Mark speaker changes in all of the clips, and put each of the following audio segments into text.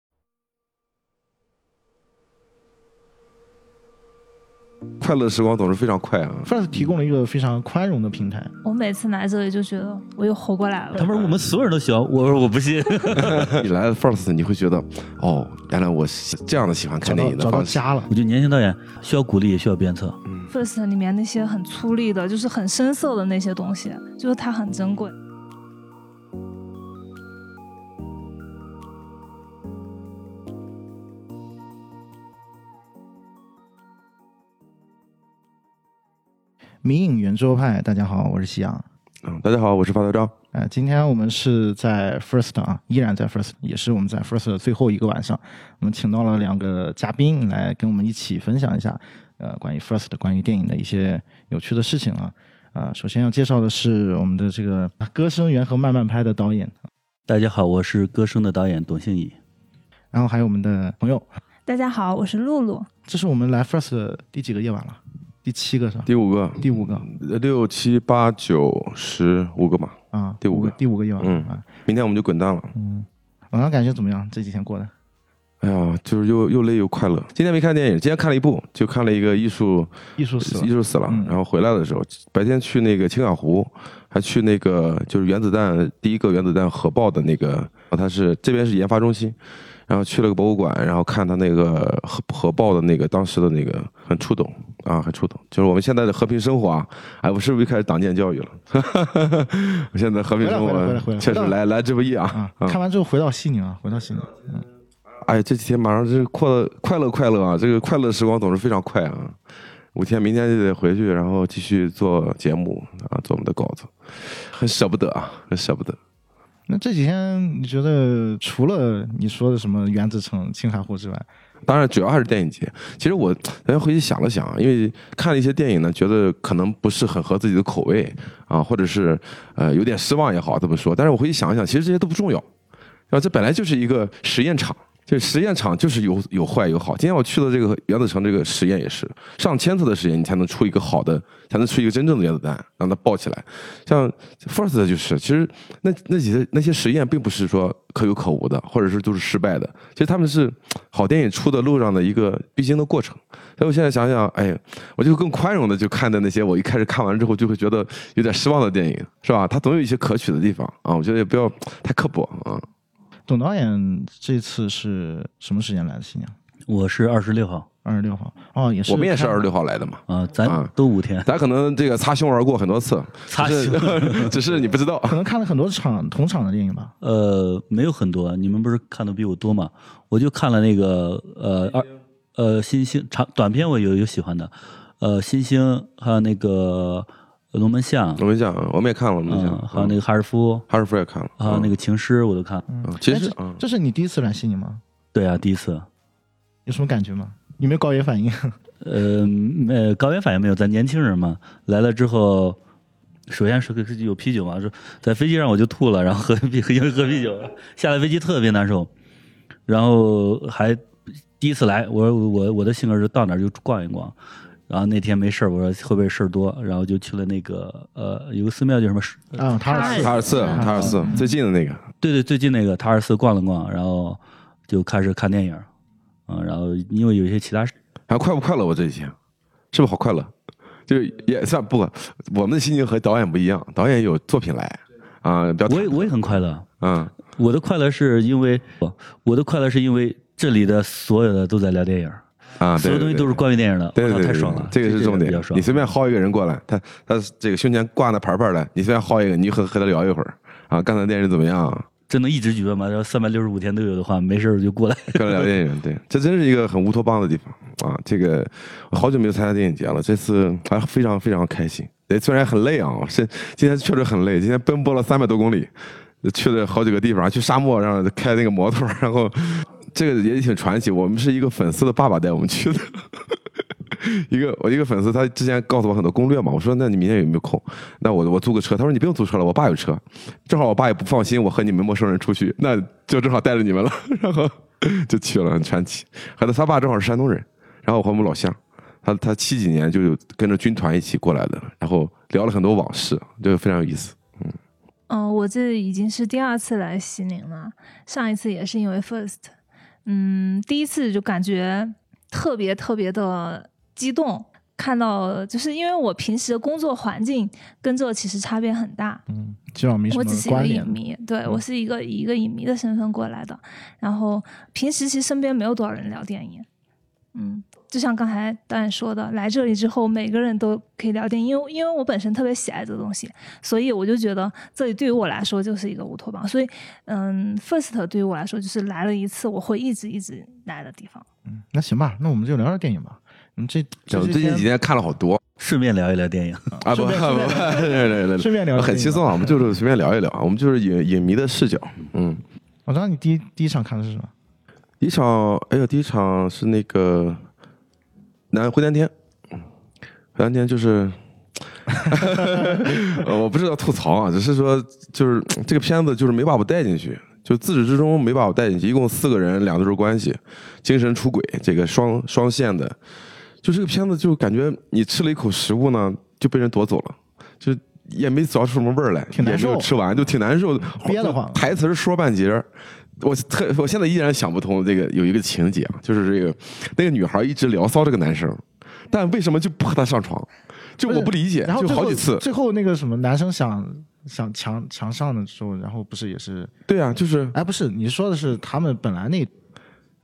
Speaker 1: 快乐时光总是非常快 啊。
Speaker 2: First 提供了一个非常宽容的平台。
Speaker 3: 我每次来这里就觉得我又活过来
Speaker 4: 他
Speaker 3: 了。
Speaker 4: 们说我们所有人都喜欢，我说我不信。
Speaker 1: 你来了 First，你会觉得哦，原来我是这样的喜欢
Speaker 2: 找
Speaker 1: 看电
Speaker 2: 到
Speaker 1: 影的
Speaker 2: 找到
Speaker 1: 方式。
Speaker 2: 家了，
Speaker 4: 我觉得年轻导演需要鼓励，也需要鞭策。
Speaker 3: First 里面那些很粗粝的，就是很深色的那些东西，就是它很珍贵。
Speaker 2: 民影圆桌派，大家好，我是夕阳。
Speaker 1: 嗯，大家好，我是发条张。
Speaker 2: 呃，今天我们是在 First 啊，依然在 First，也是我们在 First 的最后一个晚上，我们请到了两个嘉宾来跟我们一起分享一下，呃，关于 First 关于电影的一些有趣的事情啊。啊、首先要介绍的是我们的这个《歌声缘和慢慢拍》的导演，
Speaker 4: 大家好，我是歌声的导演董兴乙。
Speaker 2: 然后还有我们的朋友，
Speaker 3: 大家好，我是露露。
Speaker 2: 这是我们来 First 的第几个夜晚了？第七个是吧？
Speaker 1: 第五个，
Speaker 2: 第五个
Speaker 1: 六七八九十五个嘛，
Speaker 2: 啊，
Speaker 1: 第五
Speaker 2: 个
Speaker 1: 个
Speaker 2: 第五个夜晚了
Speaker 1: 嗯
Speaker 2: 啊。
Speaker 1: 明天我们就滚蛋了。
Speaker 2: 晚上嗯感觉怎么样？这几天过的？
Speaker 1: 哎呀，就是又又累又快乐。今天没看电影，今天看了一部，就看了一个艺术
Speaker 2: 艺术死
Speaker 1: 艺
Speaker 2: 了，
Speaker 1: 术死了。
Speaker 2: 嗯
Speaker 1: 然后回来的时候，白天去那个青港湖，还去那个就是原子弹第一个原子弹核爆的那个，哦它是这边是研发中心，然后去了个博物馆，然后看它那个核核爆的那个当时的那个，很触动啊，很触动。就是我们现在的和平生活啊，哎，我是不是又开始党建教育了？ 我现在和平生
Speaker 2: 回来回来回来回
Speaker 1: 活
Speaker 2: 来
Speaker 1: 确实来来之不易啊
Speaker 2: 啊。，看完之后回到西宁啊，回到西宁。嗯
Speaker 1: 哎，这几天马上是快乐快乐快乐啊！这个快乐时光总是非常快啊。五天，明天就得回去，然后继续做节目啊，做我们的稿子，很舍不得啊，很舍不得。
Speaker 2: 那这几天你觉得除了你说的什么原子城、青海湖之外，
Speaker 1: 当然，主要还是电影节。其实我哎回去想了想，因为看了一些电影呢，觉得可能不是很合自己的口味啊，或者是呃有点失望也好，这么说。但是我回去想一想，其实这些都不重要，然后这本来就是一个实验场。这实验场就是有有坏有好。今天我去的这个原子城这个实验也是上千次的实验，你才能出一个好的，才能出一个真正的原子弹，让它爆起来。像 First 就是，其实那那几些那些实验并不是说可有可无的，或者是都是失败的。其实他们是好电影出的路上的一个必经的过程。所以我现在想想，哎，我就更宽容的就看待那些我一开始看完之后就会觉得有点失望的电影，是吧？它总有一些可取的地方啊，我觉得也不要太刻薄啊。
Speaker 2: 董导演这次是什么时间来的西宁？
Speaker 4: 我是二十六号
Speaker 2: 二十六号哦，也是
Speaker 1: 我们也是
Speaker 2: 看
Speaker 1: 二十六号来的嘛。
Speaker 4: 啊，咱
Speaker 1: 啊
Speaker 4: 都五天，
Speaker 1: 咱可能这个擦胸而过很多次，
Speaker 4: 擦
Speaker 1: 只是只是你不知道。
Speaker 2: 可能看了很多场同场的电影吧。
Speaker 4: 呃，没有很多，你们不是看的比我多嘛？我就看了那个呃二呃新星长短片，我有有喜欢的，呃新星还有那个龙门巷，
Speaker 1: 我们讲，我们也看了，我们讲
Speaker 4: 嗯，，还有那个哈尔夫，
Speaker 1: 哈尔夫也看了
Speaker 4: 还有那
Speaker 1: 个，
Speaker 4: 个情诗我都看。
Speaker 1: 嗯其实
Speaker 2: 哎这
Speaker 1: 嗯
Speaker 2: 这是你第一次来西宁吗？
Speaker 4: 对啊，第一次，
Speaker 2: 有什么感觉吗？有没有高原反应？
Speaker 4: 呃呃，高原反应没有，咱年轻人嘛，来了之后。首先是个有啤酒嘛，说在飞机上我就吐了，然后喝啤因为喝啤酒，下了飞机特别难受，然后还第一次来，我我我的性格是到哪儿就逛一逛，然后那天没事儿，我说会不会事儿多，然后就去了那个呃有个寺庙叫什么石
Speaker 2: 啊，塔尔
Speaker 1: 塔
Speaker 2: 寺
Speaker 1: 尔寺，塔尔寺最近的那个，
Speaker 4: 对对，最近那个塔尔寺逛了逛，然后就开始看电影儿，嗯，然后因为有一些其他事
Speaker 1: 还啊快不快乐？我这几天是不是好快乐？就是也算不，我们的心情和导演不一样，导演有作品来啊，比较
Speaker 4: 我也我也很快乐。
Speaker 1: 嗯，
Speaker 4: 我的快乐是因为我我的快乐是因为这里的所有的都在聊电影儿，
Speaker 1: 啊，
Speaker 4: 所有东西都是关于电影的，
Speaker 1: 对对
Speaker 4: 我靠
Speaker 1: 对，
Speaker 4: 太爽了，
Speaker 1: 这个是重点
Speaker 4: 比较。爽
Speaker 1: 你。随便薅一个人过来，他他这个胸前挂那牌牌的，你随便薅一个，你和和他聊一会儿啊，刚才电影怎么样？
Speaker 4: 这能一直举办吗？然后三百六十五天都有的话，没事儿我就过来。
Speaker 1: 漂亮电影，对，这真是一个很乌托邦的地方啊！这个我好久没有参加电影节了，这次还非常非常开心。哎，虽然很累啊，是今天确实很累，今天奔波了三百多公里，去了好几个地方，去沙漠上开那个摩托，然后这个也挺传奇。我们是一个粉丝的爸爸带我们去的。 一个我一个粉丝，他之前告诉我很多攻略嘛，我说那你明天有没有空？那我我租个车，他说你不用租车了，我爸有车，正好我爸也不放心我和你们陌生人出去，那就正好带着你们了， 然后 就去了，很传奇。还有他爸正好是山东人，然后我和我们老乡，他他七几年就有跟着军团一起过来的，然后聊了很多往事，就非常有意思。
Speaker 3: 嗯，我这已经是第二次来西宁了，上一次也是因为 First，嗯，第一次就感觉特别特别的激动，看到，就是因为我平时的工作环境跟这其实差别很大。
Speaker 2: 嗯，基本上没什
Speaker 3: 我
Speaker 2: 么
Speaker 3: 只是一
Speaker 2: 关
Speaker 3: 个
Speaker 2: 联
Speaker 3: 影。迷，
Speaker 1: 嗯
Speaker 3: 对我是一个以一个影迷的身份过来的。然后平时其实身边没有多少人聊电影，嗯，就像刚才导演说的，来这里之后每个人都可以聊电影，因为因为我本身特别喜爱这个东西，所以我就觉得这里对于我来说就是一个乌托邦。所以，嗯，First 对于我来说就是来了一次我会一直一直来的地方。
Speaker 2: 嗯那行吧，那我们就聊聊电影吧。嗯，这这
Speaker 1: 我最近几天看了好多
Speaker 4: 顺便聊一聊电影。
Speaker 1: 啊，不不
Speaker 2: 顺
Speaker 1: 不，
Speaker 2: 便顺便
Speaker 1: 对对对
Speaker 2: 顺便聊聊
Speaker 1: 很
Speaker 2: 电影
Speaker 1: 轻松
Speaker 2: 吧
Speaker 1: 啊，我们就是随便聊一聊啊，我们就是影影迷的视角，嗯。
Speaker 2: 我知道哦你第一第一场看的是什么？
Speaker 1: 第一场，哎呀，第一场是那个南回南天，回南天就是， 呃我不是要吐槽啊，只是说就是这个片子就是没把我带进去，就自始至终没把我带进去。一共四个人，两对儿关系，精神出轨，这个双双线的，就这个片子就感觉你吃了一口食物呢，就被人夺走了，就。也没嚼出什么味儿来，
Speaker 2: 挺难受
Speaker 1: 也没有吃完就挺难受，
Speaker 2: 憋得慌啊
Speaker 1: 就台词儿说半截儿，我特我现在依然想不通这个有一个情节啊，就是这个那个女孩一直聊骚这个男生，但为什么就不和他上床？就我不理解，
Speaker 2: 然后
Speaker 1: 就
Speaker 2: 最
Speaker 1: 好
Speaker 2: 后
Speaker 1: 几次。
Speaker 2: 最后那个什么男生想想强强上的时候，然后不是也是？
Speaker 1: 对啊，就是
Speaker 2: 哎，不是，你说的是他们本来那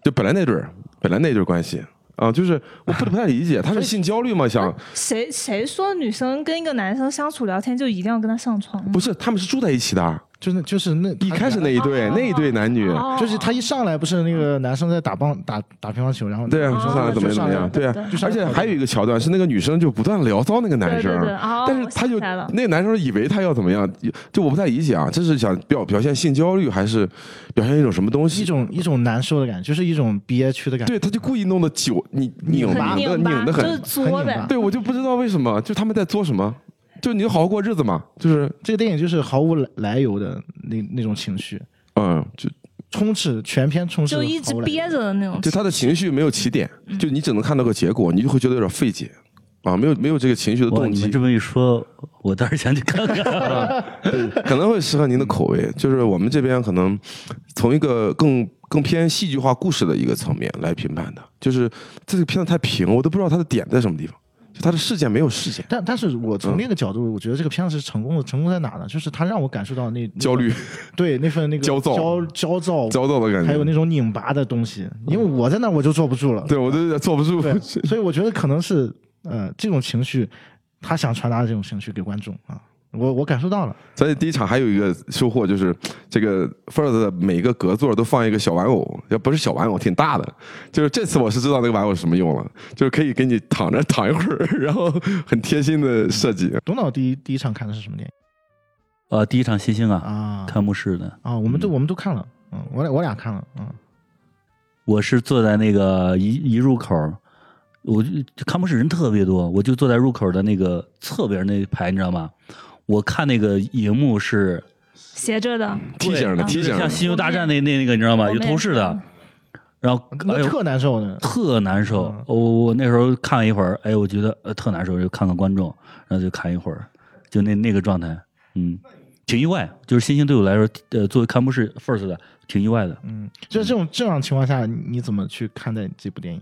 Speaker 1: 就本来那对儿，本来那对儿关系啊，就是我不不太理解，他是性焦虑吗？想
Speaker 3: 谁谁说女生跟一个男生相处聊天就一定要跟他上床呢？
Speaker 1: 不是，他们是住在一起的，
Speaker 2: 就是那就是那
Speaker 1: 一开始那一对
Speaker 3: 哦
Speaker 1: 那一对男女，
Speaker 3: 哦
Speaker 2: 就是他一上来不是那个男生在打棒打打乒乓球，然后
Speaker 1: 对啊，
Speaker 2: 女
Speaker 1: 就
Speaker 2: 生
Speaker 1: 上来
Speaker 3: 哦
Speaker 1: 怎么
Speaker 2: 就
Speaker 1: 怎么样，
Speaker 2: 上来
Speaker 1: 对啊
Speaker 3: 对，
Speaker 1: 而且还有一个桥段是那个女生就不断聊骚那个男生啊
Speaker 3: 对对对，，哦
Speaker 1: 但是
Speaker 3: 我
Speaker 1: 他
Speaker 3: 想
Speaker 1: 就
Speaker 3: 起来了
Speaker 1: 那男生以为他要怎么样，就我不太理解啊，这是想表表现性焦虑，还是表现一种什么东
Speaker 2: 一
Speaker 1: 西？
Speaker 2: 种一种难受的感觉，就是一种憋屈的感觉。
Speaker 1: 对，他就故意弄得久，你拧
Speaker 2: 拧
Speaker 1: 的
Speaker 2: 巴
Speaker 1: 拧的拧的
Speaker 3: 就是
Speaker 1: 很。
Speaker 3: 作呗
Speaker 2: 很拧巴。
Speaker 1: 对，我就不知道为什么，就他们在做什么？就你就好好过日子嘛，就是
Speaker 2: 这个电影就是毫无来来由的那那种情绪，
Speaker 1: 嗯，就
Speaker 2: 充斥全篇充斥，
Speaker 3: 就一直憋。着的那种
Speaker 1: 就他的情绪没有起点，就你只能看到个结果，你就会觉得有点费解啊，没有没有这个情绪的
Speaker 4: 哇，
Speaker 1: 动
Speaker 4: 你
Speaker 1: 机
Speaker 4: 们这。么一说，我倒是想去看看。
Speaker 1: 可能会适合您的口
Speaker 2: 嗯
Speaker 1: 味。就是我们这边可能从一个更更偏戏剧化故事的一个层面来评判的，就是这个片子太平，我都不知道它的点在什么地方，就它的事件没有事件。
Speaker 2: 但但是我
Speaker 1: 嗯
Speaker 2: 从那个角度，我觉得这个片子是成功的，成功在哪呢？就是它让我感受到那
Speaker 1: 焦，虑、
Speaker 2: 那对那份那个
Speaker 1: 焦躁
Speaker 2: 焦焦 躁，
Speaker 1: 焦躁嗯的感
Speaker 2: 哦还有
Speaker 1: 觉，
Speaker 2: 那种拧巴的东西，因为我在那儿我就坐不住了。
Speaker 1: 对我都有点坐不住。
Speaker 2: 啊对，所以我觉得可能是呃这种情绪，他想传达的这种情绪给观众啊，我我感受到了。
Speaker 1: 所以第一场还有一个收获就是，这个 First 的每一个隔座都放一个小玩偶，要不是小玩偶，挺大的。就是这次我是知道那个玩偶是什么用了，就是可以给你躺着躺一会儿，然后 很贴心的设计。
Speaker 2: 董导第一第一场看的是什么电影
Speaker 4: 呃，第一场新星啊，
Speaker 2: 啊？
Speaker 4: 开幕式的，
Speaker 2: 啊，我们都我们都看了，嗯，我俩我俩看了，嗯，
Speaker 4: 我是坐在那个一一入口，我就开幕式人特别多，我就坐在入口的那个侧边那一排，你知道吗？我看那个荧幕是
Speaker 3: 斜着的，
Speaker 1: 提醒的，
Speaker 3: 啊
Speaker 1: 提醒
Speaker 4: 像
Speaker 1: 的
Speaker 4: 《星球大战》那那那个，你知道吗？
Speaker 3: 我
Speaker 4: 有
Speaker 3: 们也
Speaker 4: 透视的
Speaker 3: 看，
Speaker 4: 然后哎
Speaker 2: 那
Speaker 4: 呦
Speaker 2: 特难嗯受的。
Speaker 4: 特难受。我我那时候看了一会儿，哎，我觉得呃特难受，就看看观众，然后就看一会儿，就那那个状态，嗯，挺意外。就是新星对我来说，呃，作为开幕式 first 的，挺意外的。
Speaker 2: 嗯，就是这种这样情况下，你你怎么去看待这部电影？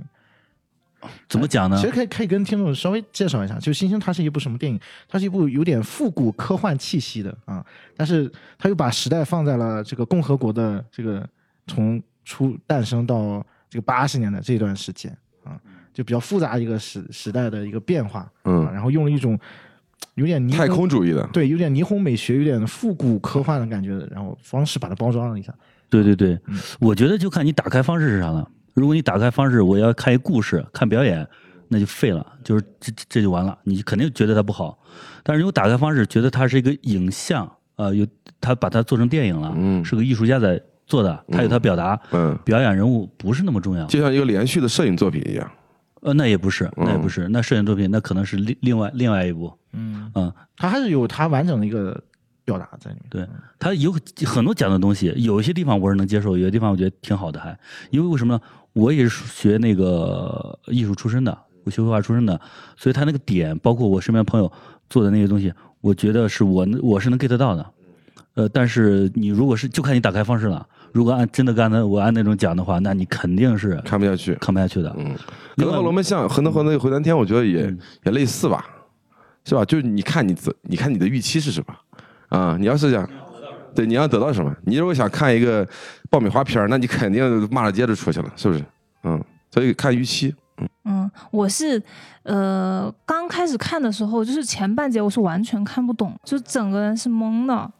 Speaker 4: 怎么
Speaker 1: 嗯
Speaker 4: 讲呢
Speaker 2: 其？实可以可以跟听众稍微介绍一下，就《星星》它是一部什么电影？它是一部有点复古科幻气息的啊，但是它又把时代放在了这个共和国的这个从出诞生到这个八十年代这段时间啊，就比较复杂一个时时代的一个变化啊，
Speaker 1: 嗯，
Speaker 2: 然后用了一种有点霓虹
Speaker 1: 太空主义的，
Speaker 2: 对，有点霓虹美学，有点复古科幻的感觉，然后方式把它包装了一下。
Speaker 4: 对对对，
Speaker 1: 嗯
Speaker 4: 我觉得就看你打开方式是啥了。如果你打开方式，我要看一故事，看表演，那就废了，就是这这这就完了，你肯定觉得它不好。但是如果打开方式觉得它是一个影像，啊，有他把它做成电影了，
Speaker 1: 嗯
Speaker 4: 是个艺术家在做的，他有他表达，
Speaker 1: 嗯。
Speaker 4: 表演人物不是那么重要。
Speaker 1: 就像一个连续的摄影作品一样。
Speaker 4: 呃，那也不是，那也
Speaker 1: 嗯
Speaker 4: 不是，那摄影作品那可能是另另外另外一部，
Speaker 2: 嗯，
Speaker 4: 嗯，
Speaker 2: 它还是有它完整的一个表达在里面。
Speaker 4: 对，它有很多讲的东西，有一些地方我是能接受，有些地方我觉得挺好的还，因为为什么呢？我也是学那个艺术出身的，我学绘画出身的，所以他那个点，包括我身边朋友做的那些东西，我觉得是我能我是能 get 到的，呃，但是你如果是就看你打开方式了，如果按真的刚才我按那种讲的话，那你肯定是
Speaker 1: 看不下去。
Speaker 4: 看不下去的。
Speaker 1: 嗯，可
Speaker 4: 另
Speaker 1: 能
Speaker 4: 外
Speaker 1: 和龙门像，可能和那个回南天，我觉得也、
Speaker 4: 嗯
Speaker 1: 也类似吧，是吧？就是你看你自，你看你的预期是什么啊？你要是想，对，你要得到什么？你如果想看一个爆米花片儿那你肯定骂着街就出去了，是不是？嗯，所以看预期。
Speaker 3: 嗯，我是呃刚开始看的时候，就是前半节我是完全看不懂，就整个人是懵的。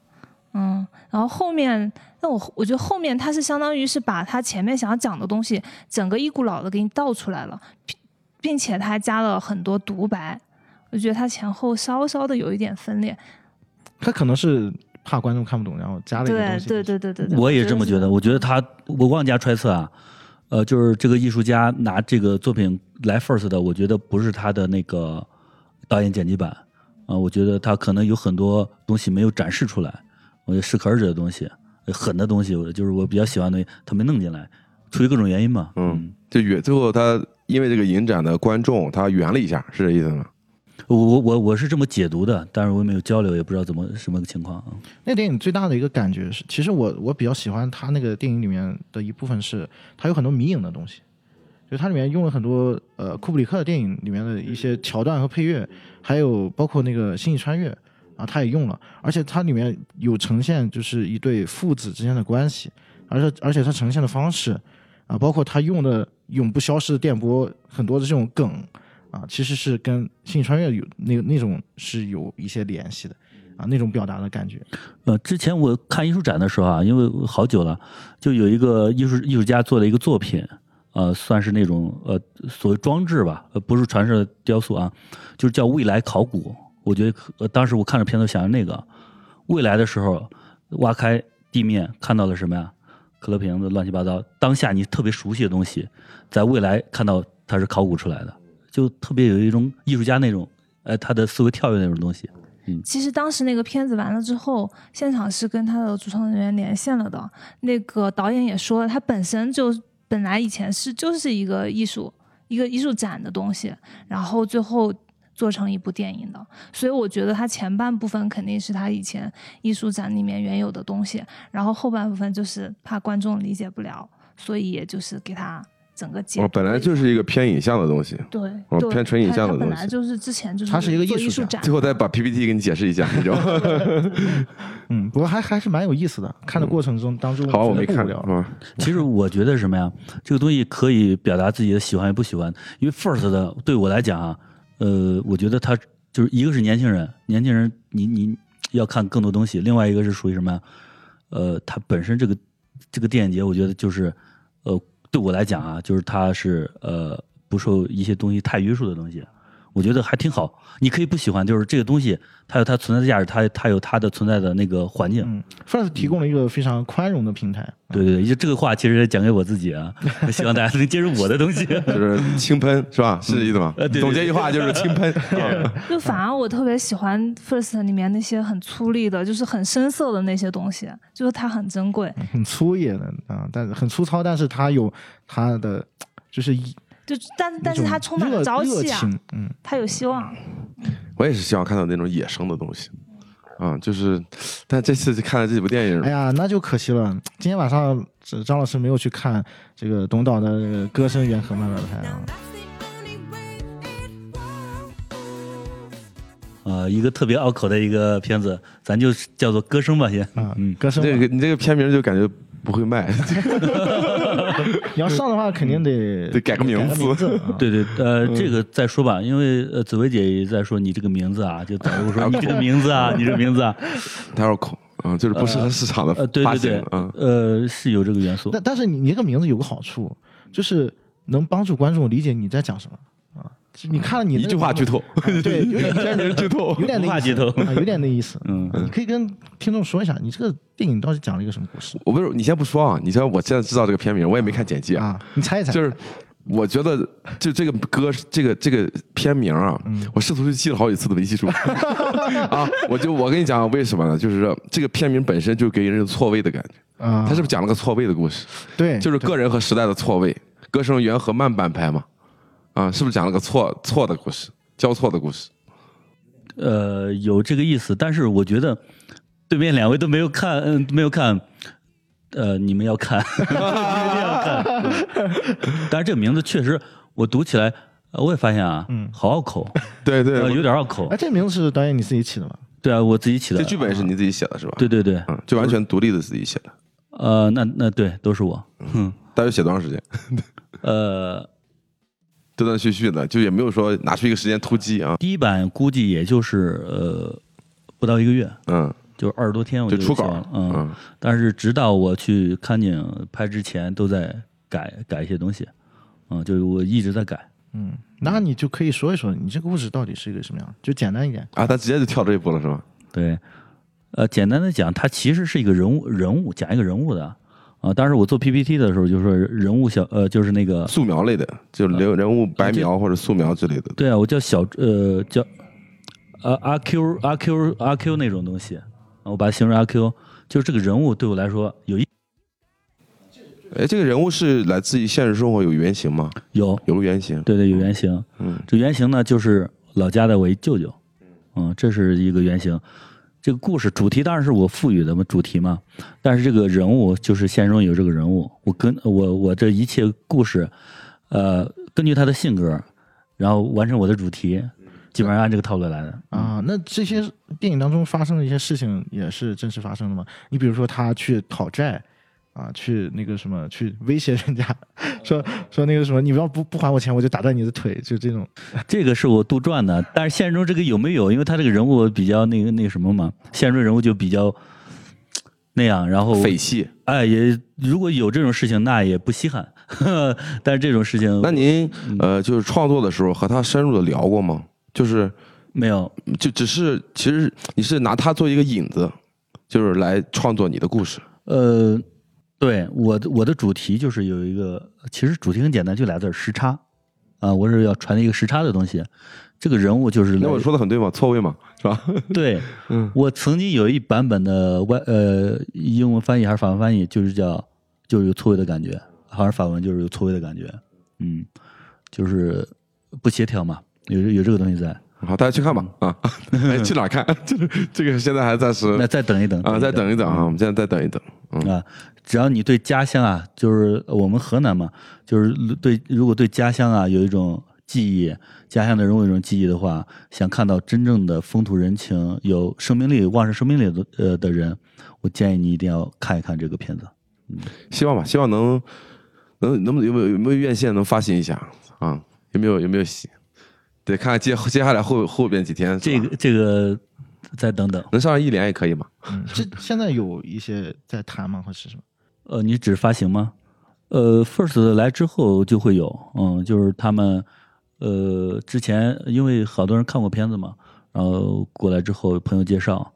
Speaker 3: 嗯，然后后面，那我我觉得后面他是相当于是把他前面想要讲的东西，整个一股脑的给你倒出来了，并并且他还加了很多独白，我觉得他前后稍稍的有一点分裂。
Speaker 2: 他可能是怕观众看不懂，然后加了一个
Speaker 3: 对
Speaker 2: 东西。
Speaker 3: 对对对对对，
Speaker 4: 我也这么觉
Speaker 3: 是
Speaker 4: 得，我觉得他，我妄加揣测啊，呃，就是这个艺术家拿这个作品来 first 的，我觉得不是他的那个导演剪辑版啊、我觉得他可能有很多东西没有展示出来，我觉得适可而止的东西，呃狠的东西，我就是我比较喜欢的东西，他没弄进来，出于各种原因嘛，
Speaker 1: 嗯，就远最后他因为这个影展的观众，他圆了一下，是这意思吗？
Speaker 4: 我我我我是这么解读的，但是我也没有交流，也不知道怎么什么个情况啊。
Speaker 2: 那电影最大的一个感觉是，其实我我比较喜欢它那个电影里面的一部分是，它有很多迷影的东西，就是它里面用了很多呃库布里克的电影里面的一些桥段和配乐，还有包括那个《星际穿越》啊，它也用了，而且它里面有呈现就是一对父子之间的关系，而且而且它呈现的方式啊，包括它用的永不消失的电波，很多的这种梗啊，其实是跟《星际穿越有》那那种是有一些联系的。啊，那种表达的感觉，
Speaker 4: 呃，之前我看艺术展的时候啊，因为我好久了，就有一个艺术艺术家做的一个作品，呃，算是那种呃所谓装置吧，呃，不是传世的雕塑啊，就是叫未来考古。我觉得可、呃、当时我看着片子想着那个未来的时候，挖开地面看到了什么呀？可乐瓶子乱七八糟，当下你特别熟悉的东西，在未来看到它是考古出来的，就特别有一种艺术家那种，呃，他的思维跳跃那种东西。
Speaker 3: 其实当时那个片子完了之后，现场是跟他的主创人员连线了的。那个导演也说了，他本身就本来以前是就是一个艺术一个艺术展的东西，然后最后做成一部电影的。所以我觉得他前半部分肯定是他以前艺术展里面原有的东西，然后后半部分就是怕观众理解不了，所以也就是给他整个解
Speaker 1: 我
Speaker 3: 读。
Speaker 1: 哦本来就是一个偏影像的东西，
Speaker 3: 对，
Speaker 1: 哦
Speaker 3: 对
Speaker 1: 偏纯影
Speaker 3: 他
Speaker 1: 像
Speaker 3: 他
Speaker 1: 的
Speaker 3: 本
Speaker 1: 东
Speaker 3: 来
Speaker 1: 西
Speaker 3: 就是之前就是
Speaker 2: 他是一个
Speaker 3: 做
Speaker 2: 艺
Speaker 3: 艺
Speaker 2: 术展
Speaker 3: 展，
Speaker 1: 最后再把 PPT 给你解释一下，你知道吗？
Speaker 2: 嗯，不过还还是蛮有意思的。看的过程中，当中
Speaker 1: 嗯好，啊我
Speaker 2: 觉得
Speaker 1: 没
Speaker 2: 不
Speaker 1: 看嗯
Speaker 2: 无
Speaker 1: 了
Speaker 2: 聊，
Speaker 1: 是吧？
Speaker 4: 其实我觉得什么呀，这个东西可以表达自己的喜欢与不喜欢。因为 first 的对我来讲啊，呃，我觉得他就是一个是年轻人，年轻人你你要看更多东西；另外一个是属于什么呀？呃，它本身这个这个电影节，我觉得就是呃，对我来讲啊，就是它是呃不受一些东西太约束的东西。我觉得还挺好，你可以不喜欢，就是这个东西，它有它存在的价值，它它有它的存在的那个环境，
Speaker 2: 嗯，First 提供了一个非常宽容的平台。
Speaker 4: 对对，对，这个话其实也讲给我自己啊，希望大家能接受我的东西。
Speaker 1: 就是轻喷是吧？ 是这意思吗？
Speaker 4: 呃对对
Speaker 1: 总结一句话就是轻喷。啊
Speaker 3: 就反而我特别喜欢 First 里面那些很粗粝的，就是很深色的那些东西，就是它很珍贵。
Speaker 2: 很粗野的啊，但是很粗糙，但是它有它的就是一
Speaker 3: 就但但是
Speaker 2: 一种
Speaker 3: 它充满
Speaker 2: 热
Speaker 3: 了朝
Speaker 2: 热
Speaker 3: 气啊，
Speaker 2: 情，嗯，
Speaker 3: 它有希望。
Speaker 1: 我也是希望看到那种野生的东西，啊，就是，但这次看了这部电影
Speaker 2: 哎，呀，那就可惜了。今天晚上这张老师没有去看这个董导的这个歌声缘何漫漫拍啊
Speaker 5: Now，that's the only way it works.
Speaker 4: 呃，一个特别拗口的一个片子，咱就叫做歌声吧先。
Speaker 2: 啊，歌
Speaker 1: 嗯
Speaker 2: 声
Speaker 1: 这
Speaker 2: 嘛
Speaker 1: 个你这个片名就感觉不会卖，
Speaker 2: 你要上的话，肯定得
Speaker 1: 得改个名字
Speaker 2: 改字啊。
Speaker 4: 对对，呃，这个再说吧，因为呃，紫薇姐也在说你这个名字啊，就等于我说你这个名字啊，你这个名字啊，
Speaker 1: 它要恐，啊，就是不适合市场的
Speaker 4: 呃，对
Speaker 1: 发
Speaker 4: 对
Speaker 1: 行
Speaker 4: 对，
Speaker 1: 啊。
Speaker 4: 呃，是有这个元素。
Speaker 2: 但但是你你这个名字有个好处，就是能帮助观众理解你在讲什么啊。就你看了你
Speaker 1: 一
Speaker 2: 那
Speaker 1: 句
Speaker 2: 个
Speaker 1: 话
Speaker 2: 名字
Speaker 1: 剧透，
Speaker 2: 啊对，有点
Speaker 1: 片名 剧透
Speaker 2: 有点那
Speaker 4: 无话
Speaker 2: 意
Speaker 4: 剧
Speaker 2: 思
Speaker 4: 透
Speaker 2: 啊，有点那意思。
Speaker 4: 嗯，
Speaker 2: 你可以跟听众说一下，你这个电影到底讲了一个什么故事
Speaker 1: 我不是你先不说啊，你先我现在知道这个片名，我也没看简介啊，
Speaker 2: 啊？你猜一 猜，
Speaker 1: 就是我觉得就这个歌这个这个片名啊，我试图去记了好几次都没记住 啊。我就我跟你讲为什么呢？就是说这个片名本身就给人一种错位的感觉，
Speaker 2: 啊，
Speaker 1: 它是不是讲了个错位的故事？
Speaker 2: 对，
Speaker 1: 就是个人和时代的错位，歌声缘和慢半拍嘛，啊，是不是讲了个错错的故事，交错的故事？
Speaker 4: 呃，有这个意思，但是我觉得对面两位都没有看，嗯、没有看。呃，你们 要看，一定要看。但是这个名字确实，我读起来，呃我也发现啊，
Speaker 2: 嗯
Speaker 4: 好拗口，
Speaker 1: 对对，
Speaker 4: 呃有点拗口
Speaker 2: 哎，。这名字是导演你自己起的吗？
Speaker 4: 对啊，我自己起的
Speaker 1: 这。剧本是你自己写的是吧？
Speaker 4: 对，对对，
Speaker 1: 嗯，就完全独立的自己写的，
Speaker 4: 呃，那那对，都是我。
Speaker 1: 嗯大约写多长时间？
Speaker 4: 呃，
Speaker 1: 断断续续的，就也没有说拿出一个时间突击啊，
Speaker 4: 第一版估计也就是呃不到一个月，
Speaker 1: 嗯，
Speaker 4: 就二十多天我
Speaker 1: 就出
Speaker 4: 写
Speaker 1: 稿
Speaker 4: 完
Speaker 1: 了
Speaker 4: 了，嗯。
Speaker 1: 嗯，
Speaker 4: 但是直到我去看景拍之前，都在改改一些东西，嗯，就是我一直在改。
Speaker 2: 嗯，那你就可以说一说你这个故事到底是一个什么样，就简单一点。
Speaker 1: 啊，咱直接就跳这一步了是吧？
Speaker 4: 对，呃，简单的讲，它其实是一个人物人物讲一个人物的啊。当时我做 PPT 的时候，就说人物小呃，就是那个
Speaker 1: 素描类的，就是
Speaker 4: 啊
Speaker 1: 人人物白描或者素描之类的，
Speaker 4: 对啊，我叫小呃叫呃阿 Q 阿 Q 阿 Q 那种东西，啊我把它形容阿 Q，就是这个人物对我来说有一
Speaker 1: 哎，这个人物是来自于现实生活有原型吗？
Speaker 4: 有
Speaker 1: 有个原型，
Speaker 4: 对对有原型，
Speaker 1: 嗯，
Speaker 4: 这原型呢就是老家的我一舅舅，嗯，这是一个原型。这个故事主题当然是我赋予的嘛，主题嘛。但是这个人物就是现实中有这个人物，我跟我我这一切故事，呃，根据他的性格，然后完成我的主题，
Speaker 1: 嗯
Speaker 4: 基本上按这个套路来的。
Speaker 2: 啊，那这些电影当中发生的一些事情也是真实发生的吗？你比如说他去讨债，啊，去那个什么，去威胁人家，说说那个什么，你要不不还我钱，我就打断你的腿，就这种。
Speaker 4: 这个是我杜撰的，但是现实中这个有没有？因为他这个人物比较那个那个什么嘛，现实中人物就比较那样，然后
Speaker 1: 匪系。
Speaker 4: 哎也如果有这种事情，那也不稀罕。 但是这种事情
Speaker 1: 那您
Speaker 4: 嗯
Speaker 1: 呃，就是创作的时候和他深入的聊过吗？就是
Speaker 4: 没有，
Speaker 1: 就只是其实你是拿他做一个引子，就是来创作你的故事。
Speaker 4: 呃，对我的我的主题就是有一个，其实主题很简单，就俩字儿时差啊，我是要传递一个时差的东西。这个人物就是
Speaker 1: 那
Speaker 4: 来
Speaker 1: 我说嗯的很对吗？错位吗？是吧？
Speaker 4: 对，我曾经有一版本的外呃英文翻译还是法文翻译，就是叫就是有错位的感觉，好像是法文就是有错位的感觉，嗯，就是不协调嘛，有有这个东西在。
Speaker 1: 好，大家去看吧
Speaker 4: 嗯
Speaker 1: 啊！ 哎，去哪儿看？ 就是这个现在还暂时
Speaker 4: 那再等一等
Speaker 1: 啊，再等一等啊，我们现在再等一等。
Speaker 4: 啊，只要你对家乡啊，就是我们河南嘛，就是对如果对家乡啊有一种记忆，家乡的人物有一种记忆的话，想看到真正的风土人情、有生命力、旺盛生命力的呃的人，我建议你一定要看一看这个片子。
Speaker 1: 希望吧，希望能能能不能有没有有没有院线能发行一下啊？有没有有没有戏？得看看接接下来后后边几天是吧
Speaker 4: 这个这个再等等，
Speaker 1: 能上一联也可以嘛？
Speaker 2: 嗯，这现在有一些在谈吗，或是什么？
Speaker 4: 呃，你只发行吗？呃，First 来之后就会有，嗯，就是他们呃之前因为好多人看过片子嘛，然后过来之后朋友介绍，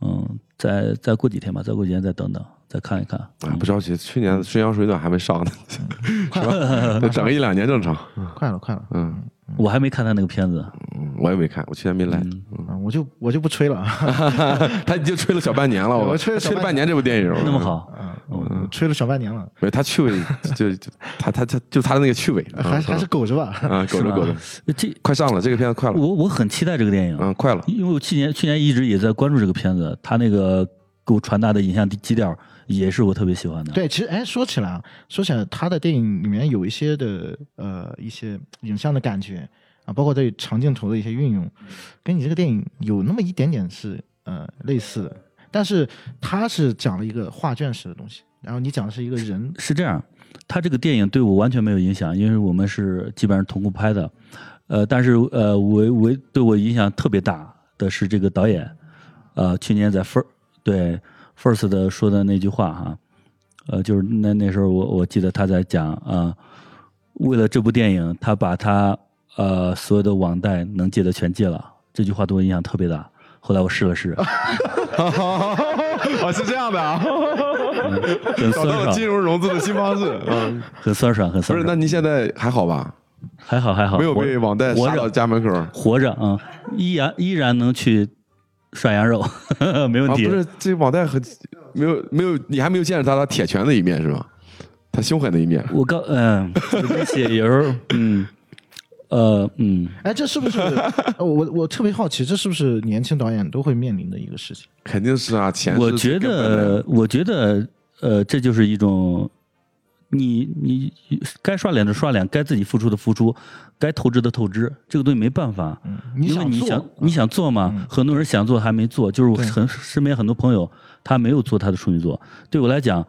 Speaker 4: 嗯，再再过几天吧，再过几天再等等，再看一看。
Speaker 1: 啊，不着急，去年《春阳水暖》还没上呢，
Speaker 2: 快了，
Speaker 1: 得整个一两年正常。
Speaker 2: 快了，快了。
Speaker 1: 嗯，
Speaker 4: 我还没看他那个片子，
Speaker 1: 嗯我也没看，我去年没
Speaker 4: 嗯
Speaker 1: 来，
Speaker 2: 啊，我就我就不吹了，啊
Speaker 1: 他已经吹了小半年了，我
Speaker 2: 我吹了小
Speaker 1: 吹了半年这部电影，
Speaker 4: 那么，好，
Speaker 2: 啊，我 吹了小半年了，
Speaker 1: 没有他趣味，就就他他他就他的那个趣味，啊
Speaker 2: 还是还是苟着吧。
Speaker 1: 啊，狗着狗着，
Speaker 4: 这
Speaker 1: 快上了，这个片子快了，
Speaker 4: 我我很期待这个电影，
Speaker 1: 嗯，快 了，
Speaker 4: 因为我去年去年一直也在关注这个片子，他那个给我传达的影像基调也是我特别喜欢的。
Speaker 2: 对，其实哎，说起来啊，说起来，他的电影里面有一些的呃一些影像的感觉啊，包括对长镜头的一些运用，跟你这个电影有那么一点点是呃类似的，但是他是讲了一个画卷式的东西，然后你讲的是一个人，
Speaker 4: 是这样，他这个电影对我完全没有影响，因为我们是基本上同步拍的。呃，但是呃，我我对我影响特别大的是这个导演，呃，去年在 first 对 first 的说的那句话哈、呃，就是那那时候我我记得他在讲啊、呃为了这部电影，他把他呃所有的网贷能借的全借了，这句话对我影响特别大。后来我试了试，
Speaker 1: 啊，是这样的啊，
Speaker 4: 很
Speaker 1: 找
Speaker 4: 酸
Speaker 1: 到了金
Speaker 4: 爽，
Speaker 1: 融融资的新方式， 嗯。
Speaker 4: 很酸爽，很
Speaker 1: 不
Speaker 4: 酸
Speaker 1: 是，那
Speaker 4: 爽。
Speaker 1: 您现在还好吧？
Speaker 4: 还好还好，
Speaker 1: 没有
Speaker 4: 啊我
Speaker 1: 被网贷
Speaker 4: 活
Speaker 1: 杀
Speaker 4: 着
Speaker 1: 到家门口啊？
Speaker 4: 活着啊、依然依然能去涮羊肉， 没问
Speaker 1: 啊不
Speaker 4: 题。
Speaker 1: 是，这网贷很没有没有，你还没有见识他他铁拳的一面是吧？他凶狠的一面。
Speaker 4: 我刚嗯，对不起，有时候嗯呃嗯，
Speaker 2: 哎，这是不是呃我我特别好奇，这是不是年轻导演都会面临的一个事情？
Speaker 1: 肯定是啊，钱是
Speaker 4: 我
Speaker 1: 最
Speaker 4: 觉
Speaker 1: 根本的
Speaker 4: 得我觉得呃，这就是一种你你该刷脸的刷脸，该自己付出的付出，该透支的透支，这个东西没办法。
Speaker 2: 嗯，
Speaker 4: 因为你
Speaker 2: 做
Speaker 4: 想你想做嘛，
Speaker 2: 嗯
Speaker 4: 很多人想做还没做，就是我
Speaker 2: 对
Speaker 4: 很身边很多朋友他没有做他的处女座，对我来讲，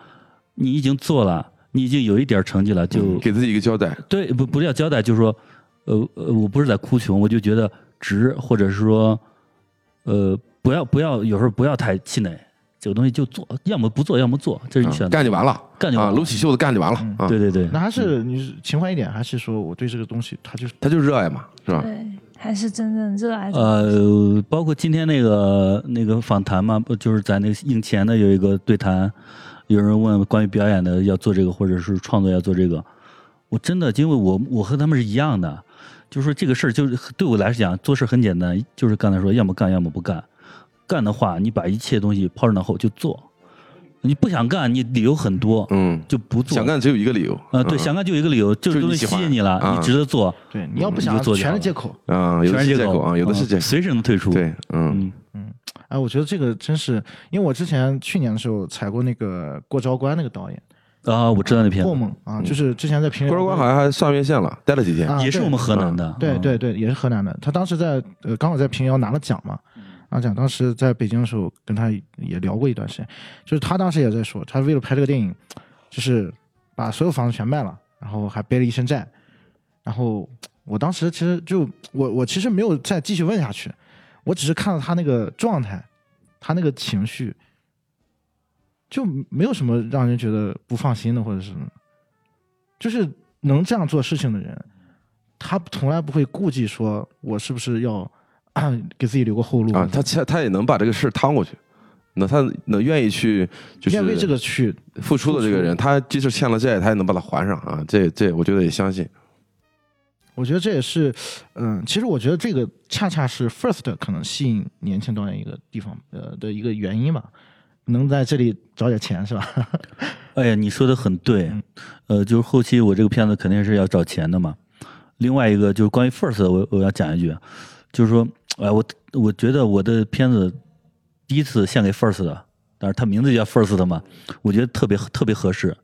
Speaker 4: 你已经做了，你已经有一点成绩了，就、
Speaker 1: 给自己一个交代。
Speaker 4: 对不不叫交代，就是说，呃呃，我不是在哭穷，我就觉得值，或者是说，呃，不要不要，有时候不要太气馁，这个东西就做，要么不做，要么做，这是你
Speaker 1: 啊
Speaker 4: 选择。
Speaker 1: 干就完了，
Speaker 4: 干就完
Speaker 1: 啊，
Speaker 4: 了嗯
Speaker 1: 撸起袖子干就完了啊。
Speaker 4: 对，对对，
Speaker 2: 那还是你是勤快一点，还是说我对这个东西，它就是
Speaker 1: 他就热爱嘛，是
Speaker 2: 嗯
Speaker 1: 吧？
Speaker 3: 对，还是真正热爱的。
Speaker 4: 呃，包括今天那个那个访谈嘛，不就是在那个映前的有一个对谈，有人问关于表演的要做这个，或者是创作要做这个，我真的因为我我和他们是一样的，就是说这个事儿就是对我来讲做事很简单，就是刚才说要么干要么不干，干的话你把一切东西抛之脑后就做，你不想干你理由很多，
Speaker 1: 嗯，
Speaker 4: 就不做。
Speaker 1: 想干只有一个理由
Speaker 4: 啊、对，
Speaker 1: 嗯
Speaker 4: 想干就有一个理由，就
Speaker 1: 就是是
Speaker 4: 东
Speaker 1: 你喜
Speaker 4: 西吸
Speaker 1: 欢
Speaker 4: 引你了，
Speaker 1: 啊
Speaker 4: 你值得做，
Speaker 2: 对，你要不
Speaker 4: 你
Speaker 2: 想
Speaker 4: 就做就
Speaker 2: 全
Speaker 4: 好
Speaker 2: 是
Speaker 4: 了
Speaker 2: 借口。
Speaker 1: 啊，有的
Speaker 4: 全
Speaker 1: 是
Speaker 4: 是
Speaker 1: 借
Speaker 4: 借
Speaker 1: 口啊，有的是借口。
Speaker 4: 随时能退出。
Speaker 1: 对，嗯，
Speaker 4: 嗯，
Speaker 2: 哎，我觉得这个真是，因为我之前去年的时候采过那个过招关那个导演
Speaker 4: 啊，我知道那片
Speaker 2: 霍猛
Speaker 1: 嗯
Speaker 2: 啊，就是之前在评
Speaker 4: 嗯
Speaker 1: 郭
Speaker 2: 论
Speaker 1: 少官好像还上院线了，待了几天。
Speaker 2: 啊
Speaker 4: 也是
Speaker 2: 对
Speaker 4: 我们河南的，
Speaker 2: 对
Speaker 4: 嗯
Speaker 2: 对对，也是河南的。他当时在呃，刚好在平遥拿了奖嘛，
Speaker 1: 嗯
Speaker 2: 拿奖。当时在北京的时候，跟他也聊过一段时间，就是他当时也在说，他为了拍这个电影，就是把所有房子全卖了，然后还背了一身债。然后我当时其实就我我其实没有再继续问下去，我只是看到他那个状态，他那个情绪，就没有什么让人觉得不放心的或者是什么，就是能这样做事情的人，他从来不会顾忌说我是不是要 给自己留个后路
Speaker 1: 啊，他他他也能把这个事儿趟过去，那他能愿意去就
Speaker 2: 愿为这
Speaker 1: 是
Speaker 2: 个去，
Speaker 1: 付出的这个人，他即使欠了债，他也能把它还上啊。这这我觉得也相信。
Speaker 2: 我觉得这也是，嗯，其实我觉得这个恰恰是 First 可能吸引年轻导演一个地方，呃的一个原因吧，能在这里找点钱是吧？
Speaker 4: 哎呀，你说的很对，
Speaker 2: 嗯
Speaker 4: 呃，就是后期我这个片子肯定是要找钱的嘛。另外一个就是关于 first，的我我要讲一句，就是说，哎，我我觉得我的片子第一次献给 first 的，但是它名字叫 first 的嘛，我觉得特别特别合适。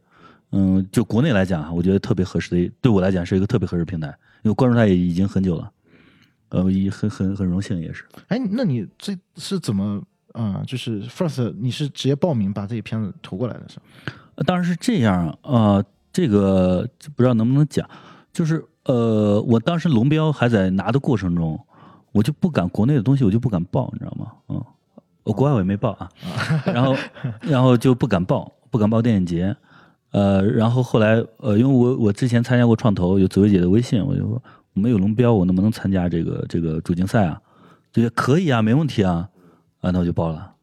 Speaker 4: 嗯，就国内来讲啊，我觉得特别合适的，对我来讲是一个特别合适的平台，因为我关注它也已经很久了，呃，也很很很荣幸也是。
Speaker 2: 哎，那你这是怎么啊、就是 First，你是直接报名把这些片子投过来的是吧？
Speaker 4: 呃当然是这样啊、呃，这个不知道能不能讲，就是呃，我当时龙标还在拿的过程中，我就不敢国内的东西，我就不敢报，你知道吗？嗯，我国外我也没报啊，然后然后就不敢报，不敢报电影节。呃，然后后来，呃，因为我我之前参加过创投，有紫薇姐的微信，我就说我们有龙标，我能不能参加这个这个主竞赛啊？就觉得可以啊，没问题啊，啊，那我就报了。